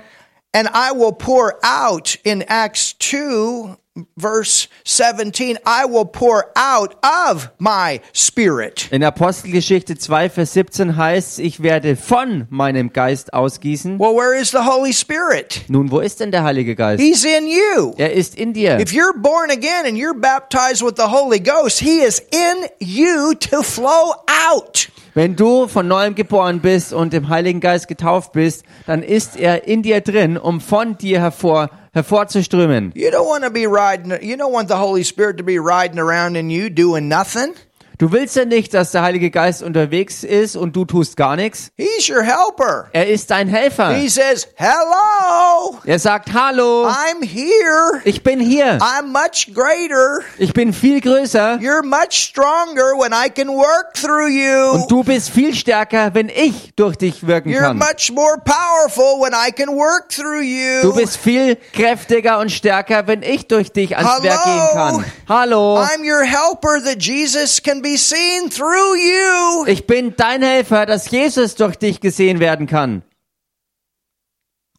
Speaker 1: and I will pour out in Acts 2, verse 17, I will pour out of my spirit.
Speaker 2: in Apostelgeschichte 2, Vers 17 heißt es, ich werde von meinem Geist ausgießen.
Speaker 1: Well, where is the Holy Spirit?
Speaker 2: Nun, wo ist denn der Heilige Geist?
Speaker 1: He's in you.
Speaker 2: Er ist in dir.
Speaker 1: If you're born again and you're baptized with the Holy Ghost, He is in you to flow out.
Speaker 2: Wenn du von neuem geboren bist und im Heiligen Geist getauft bist, dann ist er in dir drin, um von dir hervor, hervorzuströmen.
Speaker 1: You don't want to be riding, you don't want the Holy Spirit to be riding around in you doing nothing.
Speaker 2: Du willst ja nicht, dass der Heilige Geist unterwegs ist und du tust gar nichts.
Speaker 1: He's your helper.
Speaker 2: Er ist dein Helfer.
Speaker 1: He says, Hello,
Speaker 2: Er sagt, hallo,
Speaker 1: I'm here.
Speaker 2: ich bin hier.
Speaker 1: I'm much greater.
Speaker 2: Ich bin viel größer.
Speaker 1: You're much stronger when I can work through you.
Speaker 2: Und du bist viel stärker, wenn ich durch dich wirken
Speaker 1: You're
Speaker 2: kann.
Speaker 1: much more powerful when I can work through
Speaker 2: Du
Speaker 1: you.
Speaker 2: bist viel kräftiger und stärker, wenn ich durch dich ans
Speaker 1: Hallo?
Speaker 2: Werk gehen kann. Hallo.
Speaker 1: I'm your helper that Jesus can be seen through you.
Speaker 2: Ich bin dein Helfer, dass Jesus durch dich gesehen werden kann.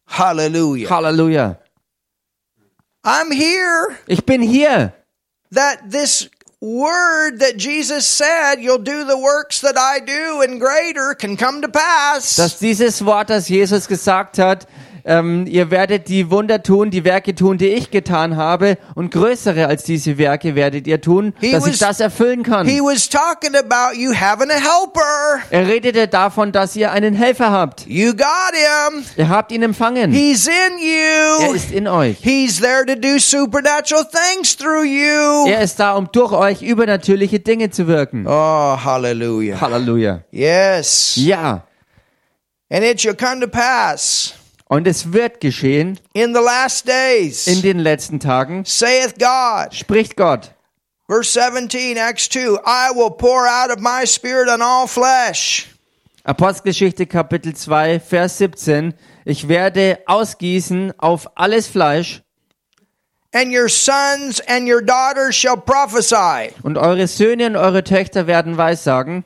Speaker 1: Hallelujah.
Speaker 2: Halleluja.
Speaker 1: I'm here.
Speaker 2: Ich bin hier.
Speaker 1: That this word that Jesus said, you'll do the works that I do and greater, can come to pass.
Speaker 2: Dass dieses Wort, das Jesus gesagt hat, ähm, ihr werdet die Wunder tun, die Werke tun, die ich getan habe, und größere als diese Werke werdet ihr tun,
Speaker 1: He
Speaker 2: dass ich
Speaker 1: was-
Speaker 2: das erfüllen kann.
Speaker 1: he was talking about you having a helper.
Speaker 2: Er redete davon, dass ihr einen Helfer habt.
Speaker 1: You got him.
Speaker 2: Ihr habt ihn empfangen.
Speaker 1: He's in
Speaker 2: er
Speaker 1: you.
Speaker 2: ist in euch.
Speaker 1: He's there to do supernatural things through you.
Speaker 2: Er ist da, um durch euch übernatürliche Dinge zu wirken.
Speaker 1: Oh, hallelujah.
Speaker 2: Halleluja.
Speaker 1: Yes.
Speaker 2: Ja.
Speaker 1: And it shall come to pass
Speaker 2: Und es wird geschehen
Speaker 1: in the last
Speaker 2: in
Speaker 1: days,
Speaker 2: den letzten Tagen,
Speaker 1: saith God.
Speaker 2: spricht Gott.
Speaker 1: Verse 17, Acts 2 I will pour out of my spirit on all flesh.
Speaker 2: Apostelgeschichte Kapitel 2, Vers 17. Ich werde ausgießen auf alles Fleisch
Speaker 1: And your sons and your daughters shall prophesy,
Speaker 2: und eure Söhne und eure Töchter werden Weissagen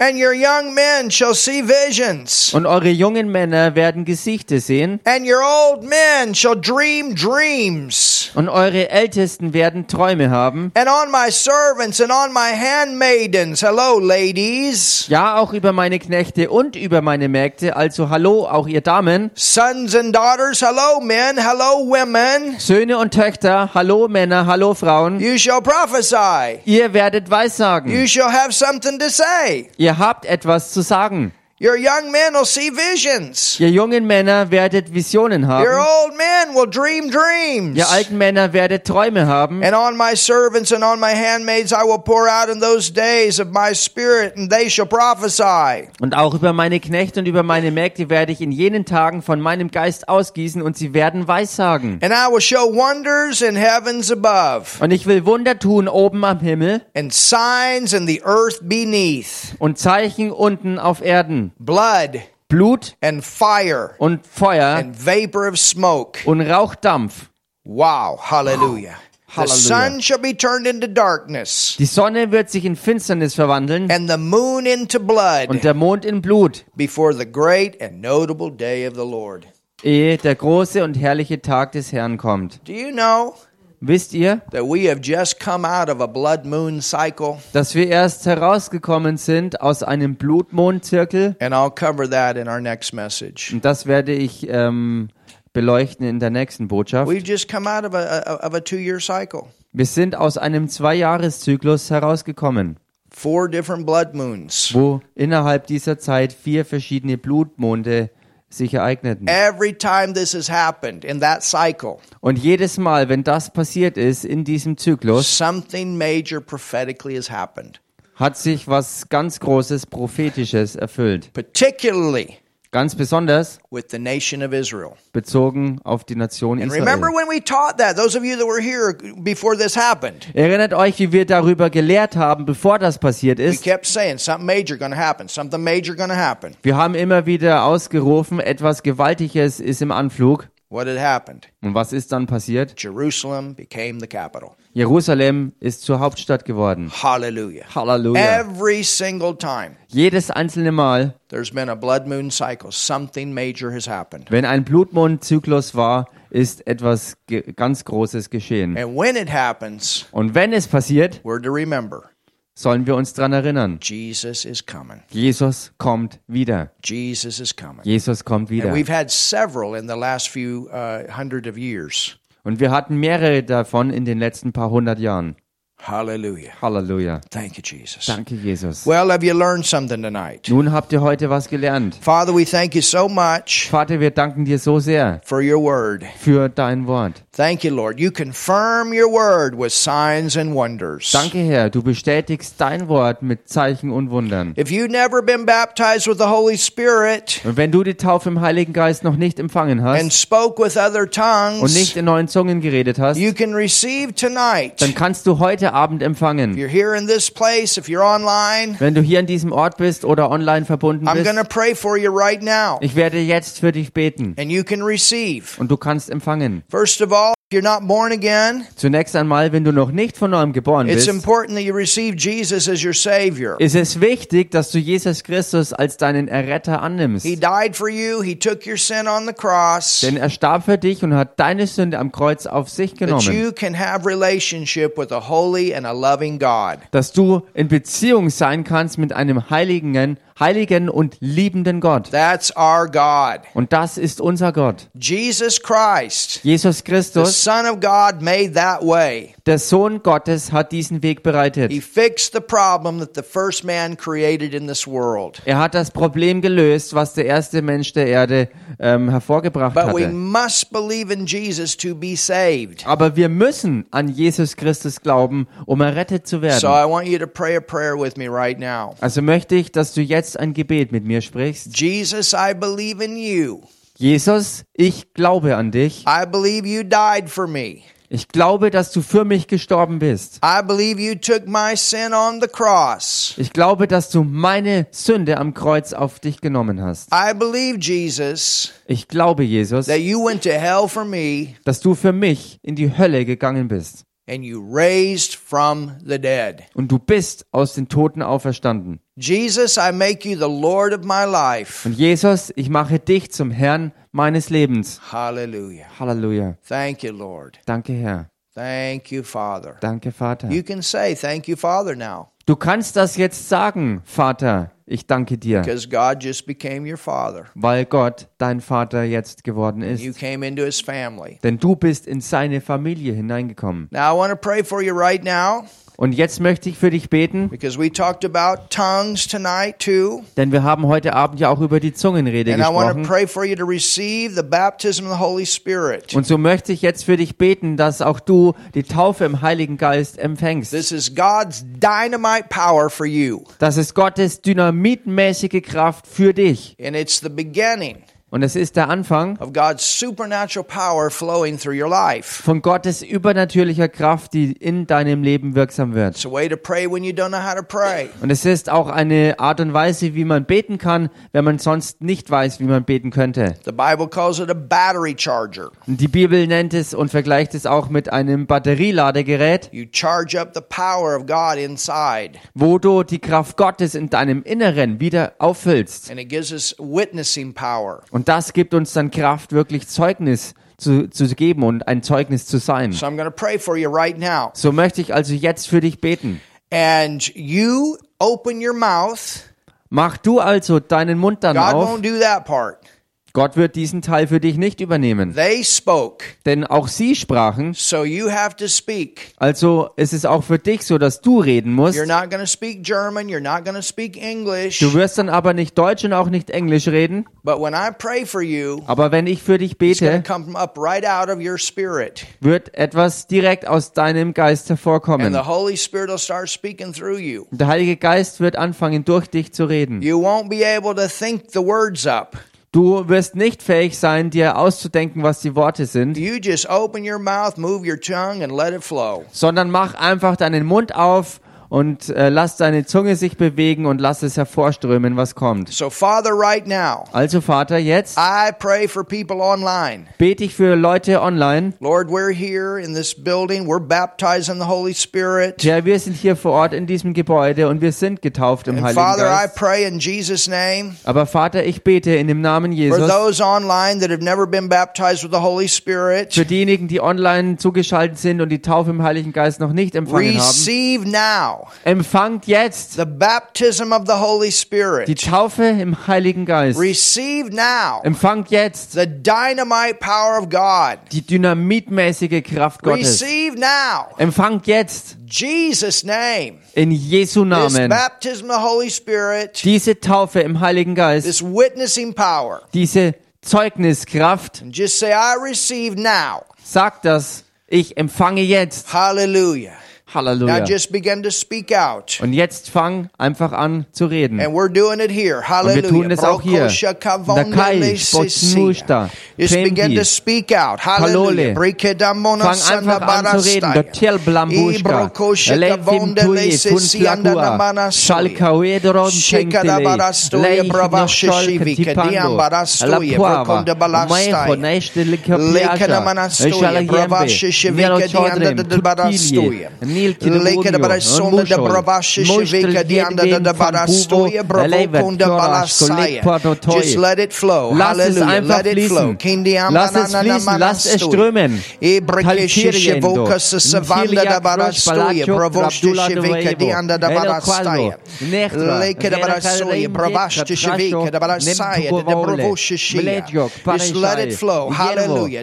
Speaker 1: and your young men shall see visions,
Speaker 2: und eure jungen Männer werden Gesichte sehen
Speaker 1: and your old men shall dream dreams.
Speaker 2: und eure Ältesten werden Träume haben.
Speaker 1: And on my servants and on my handmaidens, hello, ladies,
Speaker 2: Ja, auch über meine Knechte und über meine Mägde, also hallo auch ihr Damen,
Speaker 1: sons and daughters, hello, men, hello, women,
Speaker 2: Söhne und Töchter, hallo Männer, hallo Frauen.
Speaker 1: you shall prophesy.
Speaker 2: Ihr werdet Weissagen.
Speaker 1: You shall have something to say.
Speaker 2: Ihr habt etwas zu sagen.
Speaker 1: Your young men will see visions.
Speaker 2: Ihr jungen Männer werdet Visionen
Speaker 1: Your
Speaker 2: haben.
Speaker 1: old men will dream dreams.
Speaker 2: Ihr alten Männer werdet Träume haben.
Speaker 1: And on my servants and on my handmaids I will pour out in those days of my spirit, and they shall prophesy.
Speaker 2: Und auch über meine Knechte und über meine Mägde werde ich in jenen Tagen von meinem Geist ausgießen und sie werden weissagen.
Speaker 1: And I will show wonders in heavens above,
Speaker 2: Und ich will Wunder tun oben am Himmel
Speaker 1: and signs in the earth beneath
Speaker 2: und Zeichen unten auf Erden.
Speaker 1: blood
Speaker 2: Blut
Speaker 1: and fire
Speaker 2: und Feuer
Speaker 1: and vapor of smoke.
Speaker 2: und Rauchdampf.
Speaker 1: Wow, hallelujah. The
Speaker 2: Hallelujah.
Speaker 1: sun shall be turned into darkness,
Speaker 2: Die Sonne wird sich in Finsternis verwandeln
Speaker 1: and the moon into blood
Speaker 2: und der Mond in Blut,
Speaker 1: before the great and notable day of the Lord.
Speaker 2: ehe der große und herrliche Tag des Herrn kommt.
Speaker 1: Do you know
Speaker 2: Wisst ihr,
Speaker 1: that we have just come out of a blood moon cycle?
Speaker 2: dass wir erst herausgekommen sind aus einem Blutmondzirkel?
Speaker 1: And I'll cover that in our next message.
Speaker 2: Und das werde ich ähm, beleuchten in der nächsten Botschaft.
Speaker 1: We've just come out of a, a- of a two year cycle,
Speaker 2: Wir sind aus einem Zweijahreszyklus herausgekommen,
Speaker 1: four different blood moons.
Speaker 2: wo innerhalb dieser Zeit vier verschiedene Blutmonde sich ereigneten.
Speaker 1: Every time this has happened in that cycle,
Speaker 2: Und jedes Mal, wenn das passiert ist in diesem Zyklus,
Speaker 1: something major prophetically has happened,
Speaker 2: hat sich was ganz Großes Prophetisches erfüllt.
Speaker 1: particularly
Speaker 2: Ganz besonders
Speaker 1: with the nation of Israel.
Speaker 2: bezogen auf die Nation
Speaker 1: And remember
Speaker 2: Israel.
Speaker 1: when we taught that, those of you that were here before this happened,
Speaker 2: Erinnert euch, wie wir darüber gelehrt haben, bevor das passiert
Speaker 1: we
Speaker 2: ist.
Speaker 1: kept saying something major going to happen, something major going to happen.
Speaker 2: Wir haben immer wieder ausgerufen, etwas Gewaltiges ist im Anflug.
Speaker 1: What had happened?
Speaker 2: Und was ist dann passiert?
Speaker 1: Jerusalem became the capital.
Speaker 2: Jerusalem ist zur Hauptstadt geworden.
Speaker 1: Hallelujah.
Speaker 2: Halleluja.
Speaker 1: Every single time.
Speaker 2: Jedes einzelne Mal,
Speaker 1: There's been a blood moon cycle. Something major has happened.
Speaker 2: wenn ein Blutmondzyklus war, ist etwas ge ganz Großes geschehen.
Speaker 1: And when it happens,
Speaker 2: Und wenn es passiert,
Speaker 1: we're to remember
Speaker 2: sollen wir uns dran erinnern.
Speaker 1: Jesus is coming.
Speaker 2: Jesus kommt wieder.
Speaker 1: Jesus is coming.
Speaker 2: Jesus
Speaker 1: And
Speaker 2: kommt wieder.
Speaker 1: we've had several in the last few uh, hundred of years.
Speaker 2: Und wir hatten mehrere davon in den letzten paar hundert Jahren.
Speaker 1: Hallelujah.
Speaker 2: Halleluja.
Speaker 1: Thank you, Jesus.
Speaker 2: Danke, Jesus.
Speaker 1: Well, have you learned something tonight?
Speaker 2: Nun habt ihr heute was gelernt.
Speaker 1: Father, we thank you so much
Speaker 2: Vater, wir danken dir so sehr
Speaker 1: for your word.
Speaker 2: für dein Wort.
Speaker 1: Thank you, Lord. You confirm your word with signs and wonders.
Speaker 2: Danke, Herr. Du bestätigst dein Wort mit Zeichen und Wundern.
Speaker 1: If you've never been baptized with the Holy Spirit
Speaker 2: Und wenn du die Taufe im Heiligen Geist noch nicht empfangen
Speaker 1: and
Speaker 2: hast
Speaker 1: spoke with other
Speaker 2: und
Speaker 1: tongues,
Speaker 2: nicht in neuen Zungen geredet hast,
Speaker 1: You can receive tonight.
Speaker 2: dann
Speaker 1: If
Speaker 2: kannst du heute Abend empfangen.
Speaker 1: you're here in this place, if you're online,
Speaker 2: Wenn du hier an diesem Ort bist oder online verbunden
Speaker 1: I'm going
Speaker 2: bist,
Speaker 1: to pray for you right now,
Speaker 2: ich werde jetzt für dich beten
Speaker 1: and you can receive.
Speaker 2: und du kannst empfangen.
Speaker 1: First of all, If you're not born again,
Speaker 2: Zunächst einmal, wenn du noch nicht von neuem geboren
Speaker 1: it's
Speaker 2: bist,
Speaker 1: important that you receive Jesus as your Savior.
Speaker 2: ist es wichtig, dass du Jesus Christus als deinen Erretter annimmst.
Speaker 1: He died for you, He took your sin on the cross,
Speaker 2: Denn er starb für dich und hat deine Sünde am Kreuz auf sich
Speaker 1: that
Speaker 2: genommen,
Speaker 1: you can have relationship with a holy and a loving God.
Speaker 2: dass du in Beziehung sein kannst mit einem heiligen, heiligen und liebenden Gott.
Speaker 1: That's our God.
Speaker 2: Und das ist unser Gott.
Speaker 1: Jesus Christ,
Speaker 2: Jesus
Speaker 1: the
Speaker 2: Christus,
Speaker 1: Son of God, made that way.
Speaker 2: der Sohn Gottes, hat diesen Weg
Speaker 1: He
Speaker 2: bereitet.
Speaker 1: fixed the problem that the first man created in this world.
Speaker 2: Er hat das Problem gelöst, was der erste Mensch der Erde ähm, hervorgebracht
Speaker 1: But we
Speaker 2: hatte.
Speaker 1: must believe in Jesus to be saved.
Speaker 2: Aber wir müssen an Jesus Christus glauben, um errettet zu
Speaker 1: So
Speaker 2: werden.
Speaker 1: I want you to pray a prayer with me right now.
Speaker 2: Also möchte ich, dass du jetzt ein Gebet mit mir sprichst.
Speaker 1: Jesus, I believe in you.
Speaker 2: Jesus, ich glaube an dich.
Speaker 1: I believe you died for me.
Speaker 2: Ich glaube, dass du für mich gestorben bist.
Speaker 1: I believe you took my sin on the cross.
Speaker 2: Ich glaube, dass du meine Sünde am Kreuz auf dich genommen hast.
Speaker 1: I believe, Jesus,
Speaker 2: Ich glaube, Jesus,
Speaker 1: that you went to hell for me
Speaker 2: dass du für mich in die Hölle gegangen bist.
Speaker 1: and you raised from the dead.
Speaker 2: Und du bist aus den Toten auferstanden.
Speaker 1: Jesus, I make you the Lord of my life.
Speaker 2: Und Jesus, ich mache dich zum Herrn meines Lebens.
Speaker 1: Hallelujah.
Speaker 2: Halleluja.
Speaker 1: Thank you, Lord.
Speaker 2: Danke, Herr.
Speaker 1: Thank you, Father.
Speaker 2: Danke, Vater.
Speaker 1: You can say, Thank you, Father, now,
Speaker 2: Du kannst das jetzt sagen, Vater. Ich danke dir,
Speaker 1: because God just became your Father.
Speaker 2: weil Gott dein Vater jetzt geworden
Speaker 1: You
Speaker 2: ist.
Speaker 1: came into His family.
Speaker 2: Denn du bist in seine Familie hineingekommen.
Speaker 1: Now, I want to pray for you right now,
Speaker 2: Und jetzt möchte ich für dich beten.
Speaker 1: because we talked about tongues tonight, too.
Speaker 2: Denn wir haben heute Abend ja auch über die Zungenrede
Speaker 1: And I want to
Speaker 2: gesprochen.
Speaker 1: pray for you to receive the baptism of the Holy Spirit.
Speaker 2: Und so möchte ich jetzt für dich beten, dass auch du die Taufe im Heiligen Geist empfängst.
Speaker 1: This is God's dynamite power for you,
Speaker 2: Das ist Gottes dynamitmäßige Kraft für dich.
Speaker 1: and it's the beginning
Speaker 2: Und es ist der Anfang
Speaker 1: of God's supernatural power flowing through your life.
Speaker 2: von Gottes übernatürlicher Kraft, die in deinem Leben wirksam wird.
Speaker 1: It's a way to pray when you don't know how to pray.
Speaker 2: Und es ist auch eine Art und Weise, wie man beten kann, wenn man sonst nicht weiß, wie man beten könnte.
Speaker 1: The Bible calls it a battery charger.
Speaker 2: Und Die Bibel nennt es und vergleicht es auch mit einem Batterieladegerät,
Speaker 1: You charge up the power of God inside,
Speaker 2: wo du die Kraft Gottes in deinem Inneren wieder auffüllst.
Speaker 1: and it gives us witnessing power.
Speaker 2: Und das gibt uns dann Kraft, wirklich Zeugnis zu, zu geben und ein Zeugnis zu sein.
Speaker 1: So I'm going to pray for you right now.
Speaker 2: So möchte ich also jetzt für dich beten.
Speaker 1: And you open your mouth.
Speaker 2: Mach du also deinen Mund dann
Speaker 1: God
Speaker 2: auf.
Speaker 1: won't do that part.
Speaker 2: Gott wird diesen Teil für dich nicht übernehmen.
Speaker 1: They spoke,
Speaker 2: Denn auch sie sprachen.
Speaker 1: so you have to speak.
Speaker 2: Also ist es auch für dich so, dass du reden musst.
Speaker 1: You're not going to speak German. You're not going to speak English.
Speaker 2: Du wirst dann aber nicht Deutsch und auch nicht Englisch reden.
Speaker 1: But when I pray for you,
Speaker 2: Aber wenn ich für dich
Speaker 1: it's going
Speaker 2: bete,
Speaker 1: to come up right out of your spirit.
Speaker 2: wird etwas direkt aus deinem Geist
Speaker 1: And
Speaker 2: hervorkommen.
Speaker 1: the Holy Spirit will start speaking through you.
Speaker 2: Der Heilige Geist wird anfangen, durch dich zu reden.
Speaker 1: You won't be able to think the words up.
Speaker 2: Du wirst nicht fähig sein, dir auszudenken, was die Worte sind,
Speaker 1: You just open your mouth, move your tongue, and let it flow.
Speaker 2: sondern mach einfach deinen Mund auf und äh, lass deine Zunge sich bewegen und lass es hervorströmen, was kommt.
Speaker 1: So, Father, right now,
Speaker 2: Also Vater, jetzt
Speaker 1: I pray for people online.
Speaker 2: bete ich für Leute online.
Speaker 1: Lord, we're here in this building. We're baptized in the Holy Spirit.
Speaker 2: Ja, wir sind hier vor Ort in diesem Gebäude und wir sind getauft im
Speaker 1: And
Speaker 2: Heiligen
Speaker 1: Father, I
Speaker 2: Geist.
Speaker 1: pray in Jesus' name
Speaker 2: Aber Vater, ich bete in dem Namen
Speaker 1: for
Speaker 2: Jesus
Speaker 1: those online that have never been baptized with the Holy Spirit.
Speaker 2: für diejenigen, die online zugeschaltet sind und die Taufe im Heiligen Geist noch nicht empfangen haben.
Speaker 1: Receive now
Speaker 2: Empfangt jetzt
Speaker 1: the baptism of the Holy
Speaker 2: die
Speaker 1: Spirit.
Speaker 2: Taufe im Heiligen Geist.
Speaker 1: Receive now
Speaker 2: Empfangt jetzt
Speaker 1: the dynamite power of God.
Speaker 2: die dynamitmäßige Kraft Gottes.
Speaker 1: Receive now
Speaker 2: Empfangt jetzt
Speaker 1: Jesus' name.
Speaker 2: in Jesu
Speaker 1: This
Speaker 2: Namen
Speaker 1: baptism of the Holy Spirit,
Speaker 2: diese Taufe im Heiligen Geist,
Speaker 1: this witnessing power.
Speaker 2: diese Zeugniskraft.
Speaker 1: And just say, I receive now.
Speaker 2: Sag das, ich empfange jetzt.
Speaker 1: Hallelujah. Now
Speaker 2: Halleluja.
Speaker 1: just begin to speak out.
Speaker 2: Und jetzt fang einfach an zu reden.
Speaker 1: And we're doing it here.
Speaker 2: Und wir tun
Speaker 1: Hallelujah.
Speaker 2: es auch hier. Dakai,
Speaker 1: Brokoshakavondelesisia.
Speaker 2: Spotnushta,
Speaker 1: Just begin to
Speaker 2: Tembi,
Speaker 1: speak out.
Speaker 2: Palole.
Speaker 1: Hallelujah.
Speaker 2: Fang einfach an zu reden. Dotiel Blambuschka, Levin Tui, Tunslakua, Schalkauedron, Tenkele, Leichnostolke, Tipando, Lapuava, Umejo, Nechte, Likapiaja, Schalajembe, Mielochodrem, Tutilje, Nilke, Devunio, Muschol, Muschel, Jedwin, Van Buvo, Levert, Korasch, Kolleg, Pornotoi.
Speaker 1: Just let it flow.
Speaker 2: Lass es
Speaker 1: Hallelujah.
Speaker 2: einfach
Speaker 1: Let it flow.
Speaker 2: fließen. Lass es fließen, lass es strömen.
Speaker 1: E Just let it flow. Hallelujah.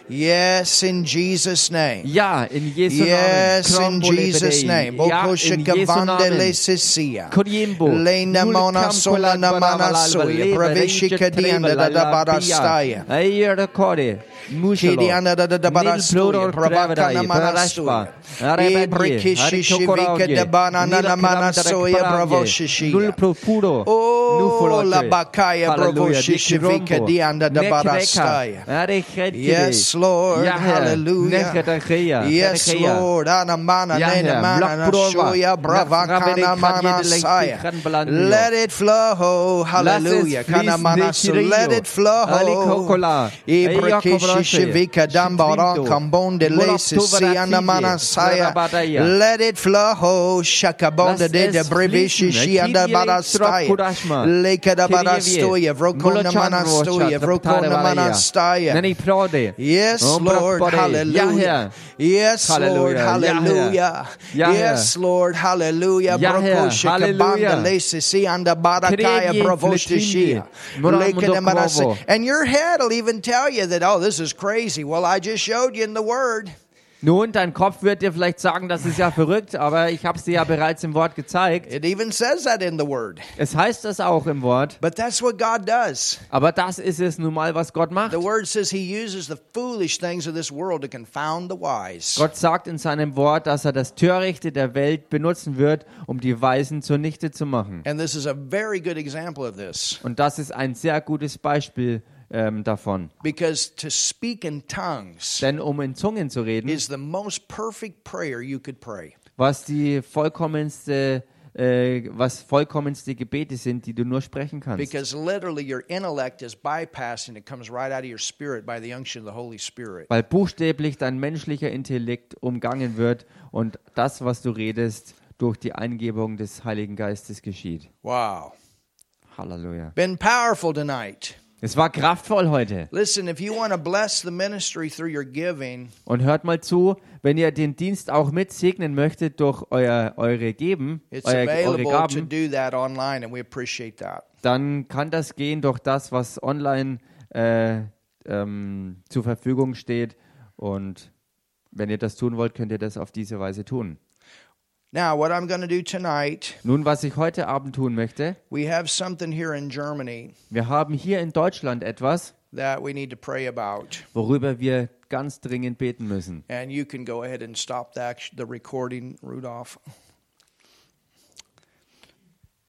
Speaker 1: Yes, in Jesus' name.
Speaker 2: Ja, in Jesu
Speaker 1: Yes, in
Speaker 2: Namen. Krombole
Speaker 1: Jesus'
Speaker 2: bedei.
Speaker 1: name.
Speaker 2: Ja, in Jesu Namen. Kuriembo.
Speaker 1: Lena
Speaker 2: Nur
Speaker 1: mona
Speaker 2: Campo
Speaker 1: sola na
Speaker 2: Lalbala
Speaker 1: mana
Speaker 2: Lalba
Speaker 1: soya.
Speaker 2: Lebe,
Speaker 1: Bravishi
Speaker 2: Rinche
Speaker 1: kadianda
Speaker 2: Treba,
Speaker 1: da da
Speaker 2: Lalba
Speaker 1: barastaya.
Speaker 2: Pia. Eier Kore. Muschelo.
Speaker 1: Kedianda da da da
Speaker 2: Nil
Speaker 1: barastuya.
Speaker 2: Pluror
Speaker 1: Bravaka
Speaker 2: Treverai,
Speaker 1: na mana
Speaker 2: Parashpa.
Speaker 1: soya.
Speaker 2: Arebadie,
Speaker 1: E brikishi
Speaker 2: Arito
Speaker 1: shivike
Speaker 2: Koraudje,
Speaker 1: de banana
Speaker 2: Nila
Speaker 1: na mana
Speaker 2: Kramdrak
Speaker 1: soya,
Speaker 2: Paranje,
Speaker 1: Bravoshishiya.
Speaker 2: Nul Propuro.
Speaker 1: Oh,
Speaker 2: Nufolote.
Speaker 1: la Bakaya,
Speaker 2: Halleluja,
Speaker 1: Bravoshishi,
Speaker 2: Dikirombo.
Speaker 1: Vika Dianda da
Speaker 2: Nekreka,
Speaker 1: Barastaya.
Speaker 2: Arechedje.
Speaker 1: Yes, Lord.
Speaker 2: Ja, Herr.
Speaker 1: Hallelujah.
Speaker 2: Nekretacheia,
Speaker 1: Yes,
Speaker 2: Nerecheia.
Speaker 1: Lord. Anamana,
Speaker 2: Ja, Herr.
Speaker 1: nenamana,
Speaker 2: Blakprova.
Speaker 1: nashoya, bravakana, manasaya.
Speaker 2: Blakprabedekadiedelektikranblandio.
Speaker 1: Let it flow. Hallelujah.
Speaker 2: Lass es fließen,
Speaker 1: Kanamana, so
Speaker 2: Nekirio.
Speaker 1: Let it flow.
Speaker 2: Alikokola.
Speaker 1: Ibrekishi,
Speaker 2: Eyakobrashe.
Speaker 1: shivika, dambara,
Speaker 2: Shitvinto.
Speaker 1: kambonde, lesi,
Speaker 2: Molotova,
Speaker 1: sianamana, saya.
Speaker 2: Rabadaya.
Speaker 1: Let it flow. Shakabonde,
Speaker 2: Lass
Speaker 1: de de
Speaker 2: es
Speaker 1: brevishi,
Speaker 2: fließen.
Speaker 1: shianda,
Speaker 2: Ekidie,
Speaker 1: barastaya.
Speaker 2: Elektrokurashma.
Speaker 1: Lekada, barastoya, vrokona, manastoya, vrokona, manastaya.
Speaker 2: Nenni Frode.
Speaker 1: Yes,
Speaker 2: Und
Speaker 1: Lord,
Speaker 2: Brokbode. Ja, Herr.
Speaker 1: hallelujah. Yes, Lord,
Speaker 2: Halleluja. Ja, Herr.
Speaker 1: hallelujah.
Speaker 2: Ja, Herr.
Speaker 1: Yes, Lord, hallelujah.
Speaker 2: Ja, Herr.
Speaker 1: Brokoshe
Speaker 2: Halleluja.
Speaker 1: kabanda lesisi anda barakaya
Speaker 2: Krevje
Speaker 1: bravoshishia.
Speaker 2: fletinde. Moram
Speaker 1: Leke
Speaker 2: dokrovo.
Speaker 1: de marasi- And your head will even tell you that, oh, this is crazy. Well, I just showed you in the Word.
Speaker 2: Nun, dein Kopf wird dir vielleicht sagen, das ist ja verrückt, aber ich habe es dir ja bereits im Wort gezeigt.
Speaker 1: It even says that in the Word.
Speaker 2: Es heißt das auch im Wort,
Speaker 1: But that's what God does.
Speaker 2: aber das ist es nun mal, was Gott macht.
Speaker 1: The Word says He uses the foolish things of this world to confound the wise.
Speaker 2: Gott sagt in seinem Wort, dass er das Törichte der Welt benutzen wird, um die Weisen zunichte zu machen.
Speaker 1: And this is a very good example of this.
Speaker 2: Und das ist ein sehr gutes Beispiel ähm, davon.
Speaker 1: Because to speak in tongues
Speaker 2: Denn um in Zungen zu reden,
Speaker 1: is the most perfect prayer you could pray.
Speaker 2: was die vollkommenste, äh, was vollkommenste Gebete sind, die du nur sprechen kannst.
Speaker 1: Because literally your intellect is bypassing, it comes right out of your spirit by the unction of the Holy Spirit.
Speaker 2: Weil buchstäblich dein menschlicher Intellekt umgangen wird und das, was du redest, durch die Eingebung des Heiligen Geistes geschieht.
Speaker 1: Wow.
Speaker 2: Halleluja.
Speaker 1: Been powerful tonight.
Speaker 2: Es war kraftvoll heute.
Speaker 1: Listen, if you want to bless the ministry through your giving,
Speaker 2: Und hört mal zu, wenn ihr den Dienst auch mit segnen möchtet durch euer, eure Geben,
Speaker 1: it's
Speaker 2: euer, eure
Speaker 1: available to
Speaker 2: Gaben,
Speaker 1: do that online, and we appreciate that.
Speaker 2: dann kann das gehen durch das, was online äh, ähm, zur Verfügung steht. Und wenn ihr das tun wollt, könnt ihr das auf diese Weise tun.
Speaker 1: Now, what I'm going to do tonight,
Speaker 2: Nun, was ich heute Abend tun möchte,
Speaker 1: we have something here in Germany
Speaker 2: wir haben hier in Deutschland etwas,
Speaker 1: that we need to pray about.
Speaker 2: worüber wir ganz dringend beten müssen.
Speaker 1: And you can go ahead and stop the, act- the recording, Rudolph.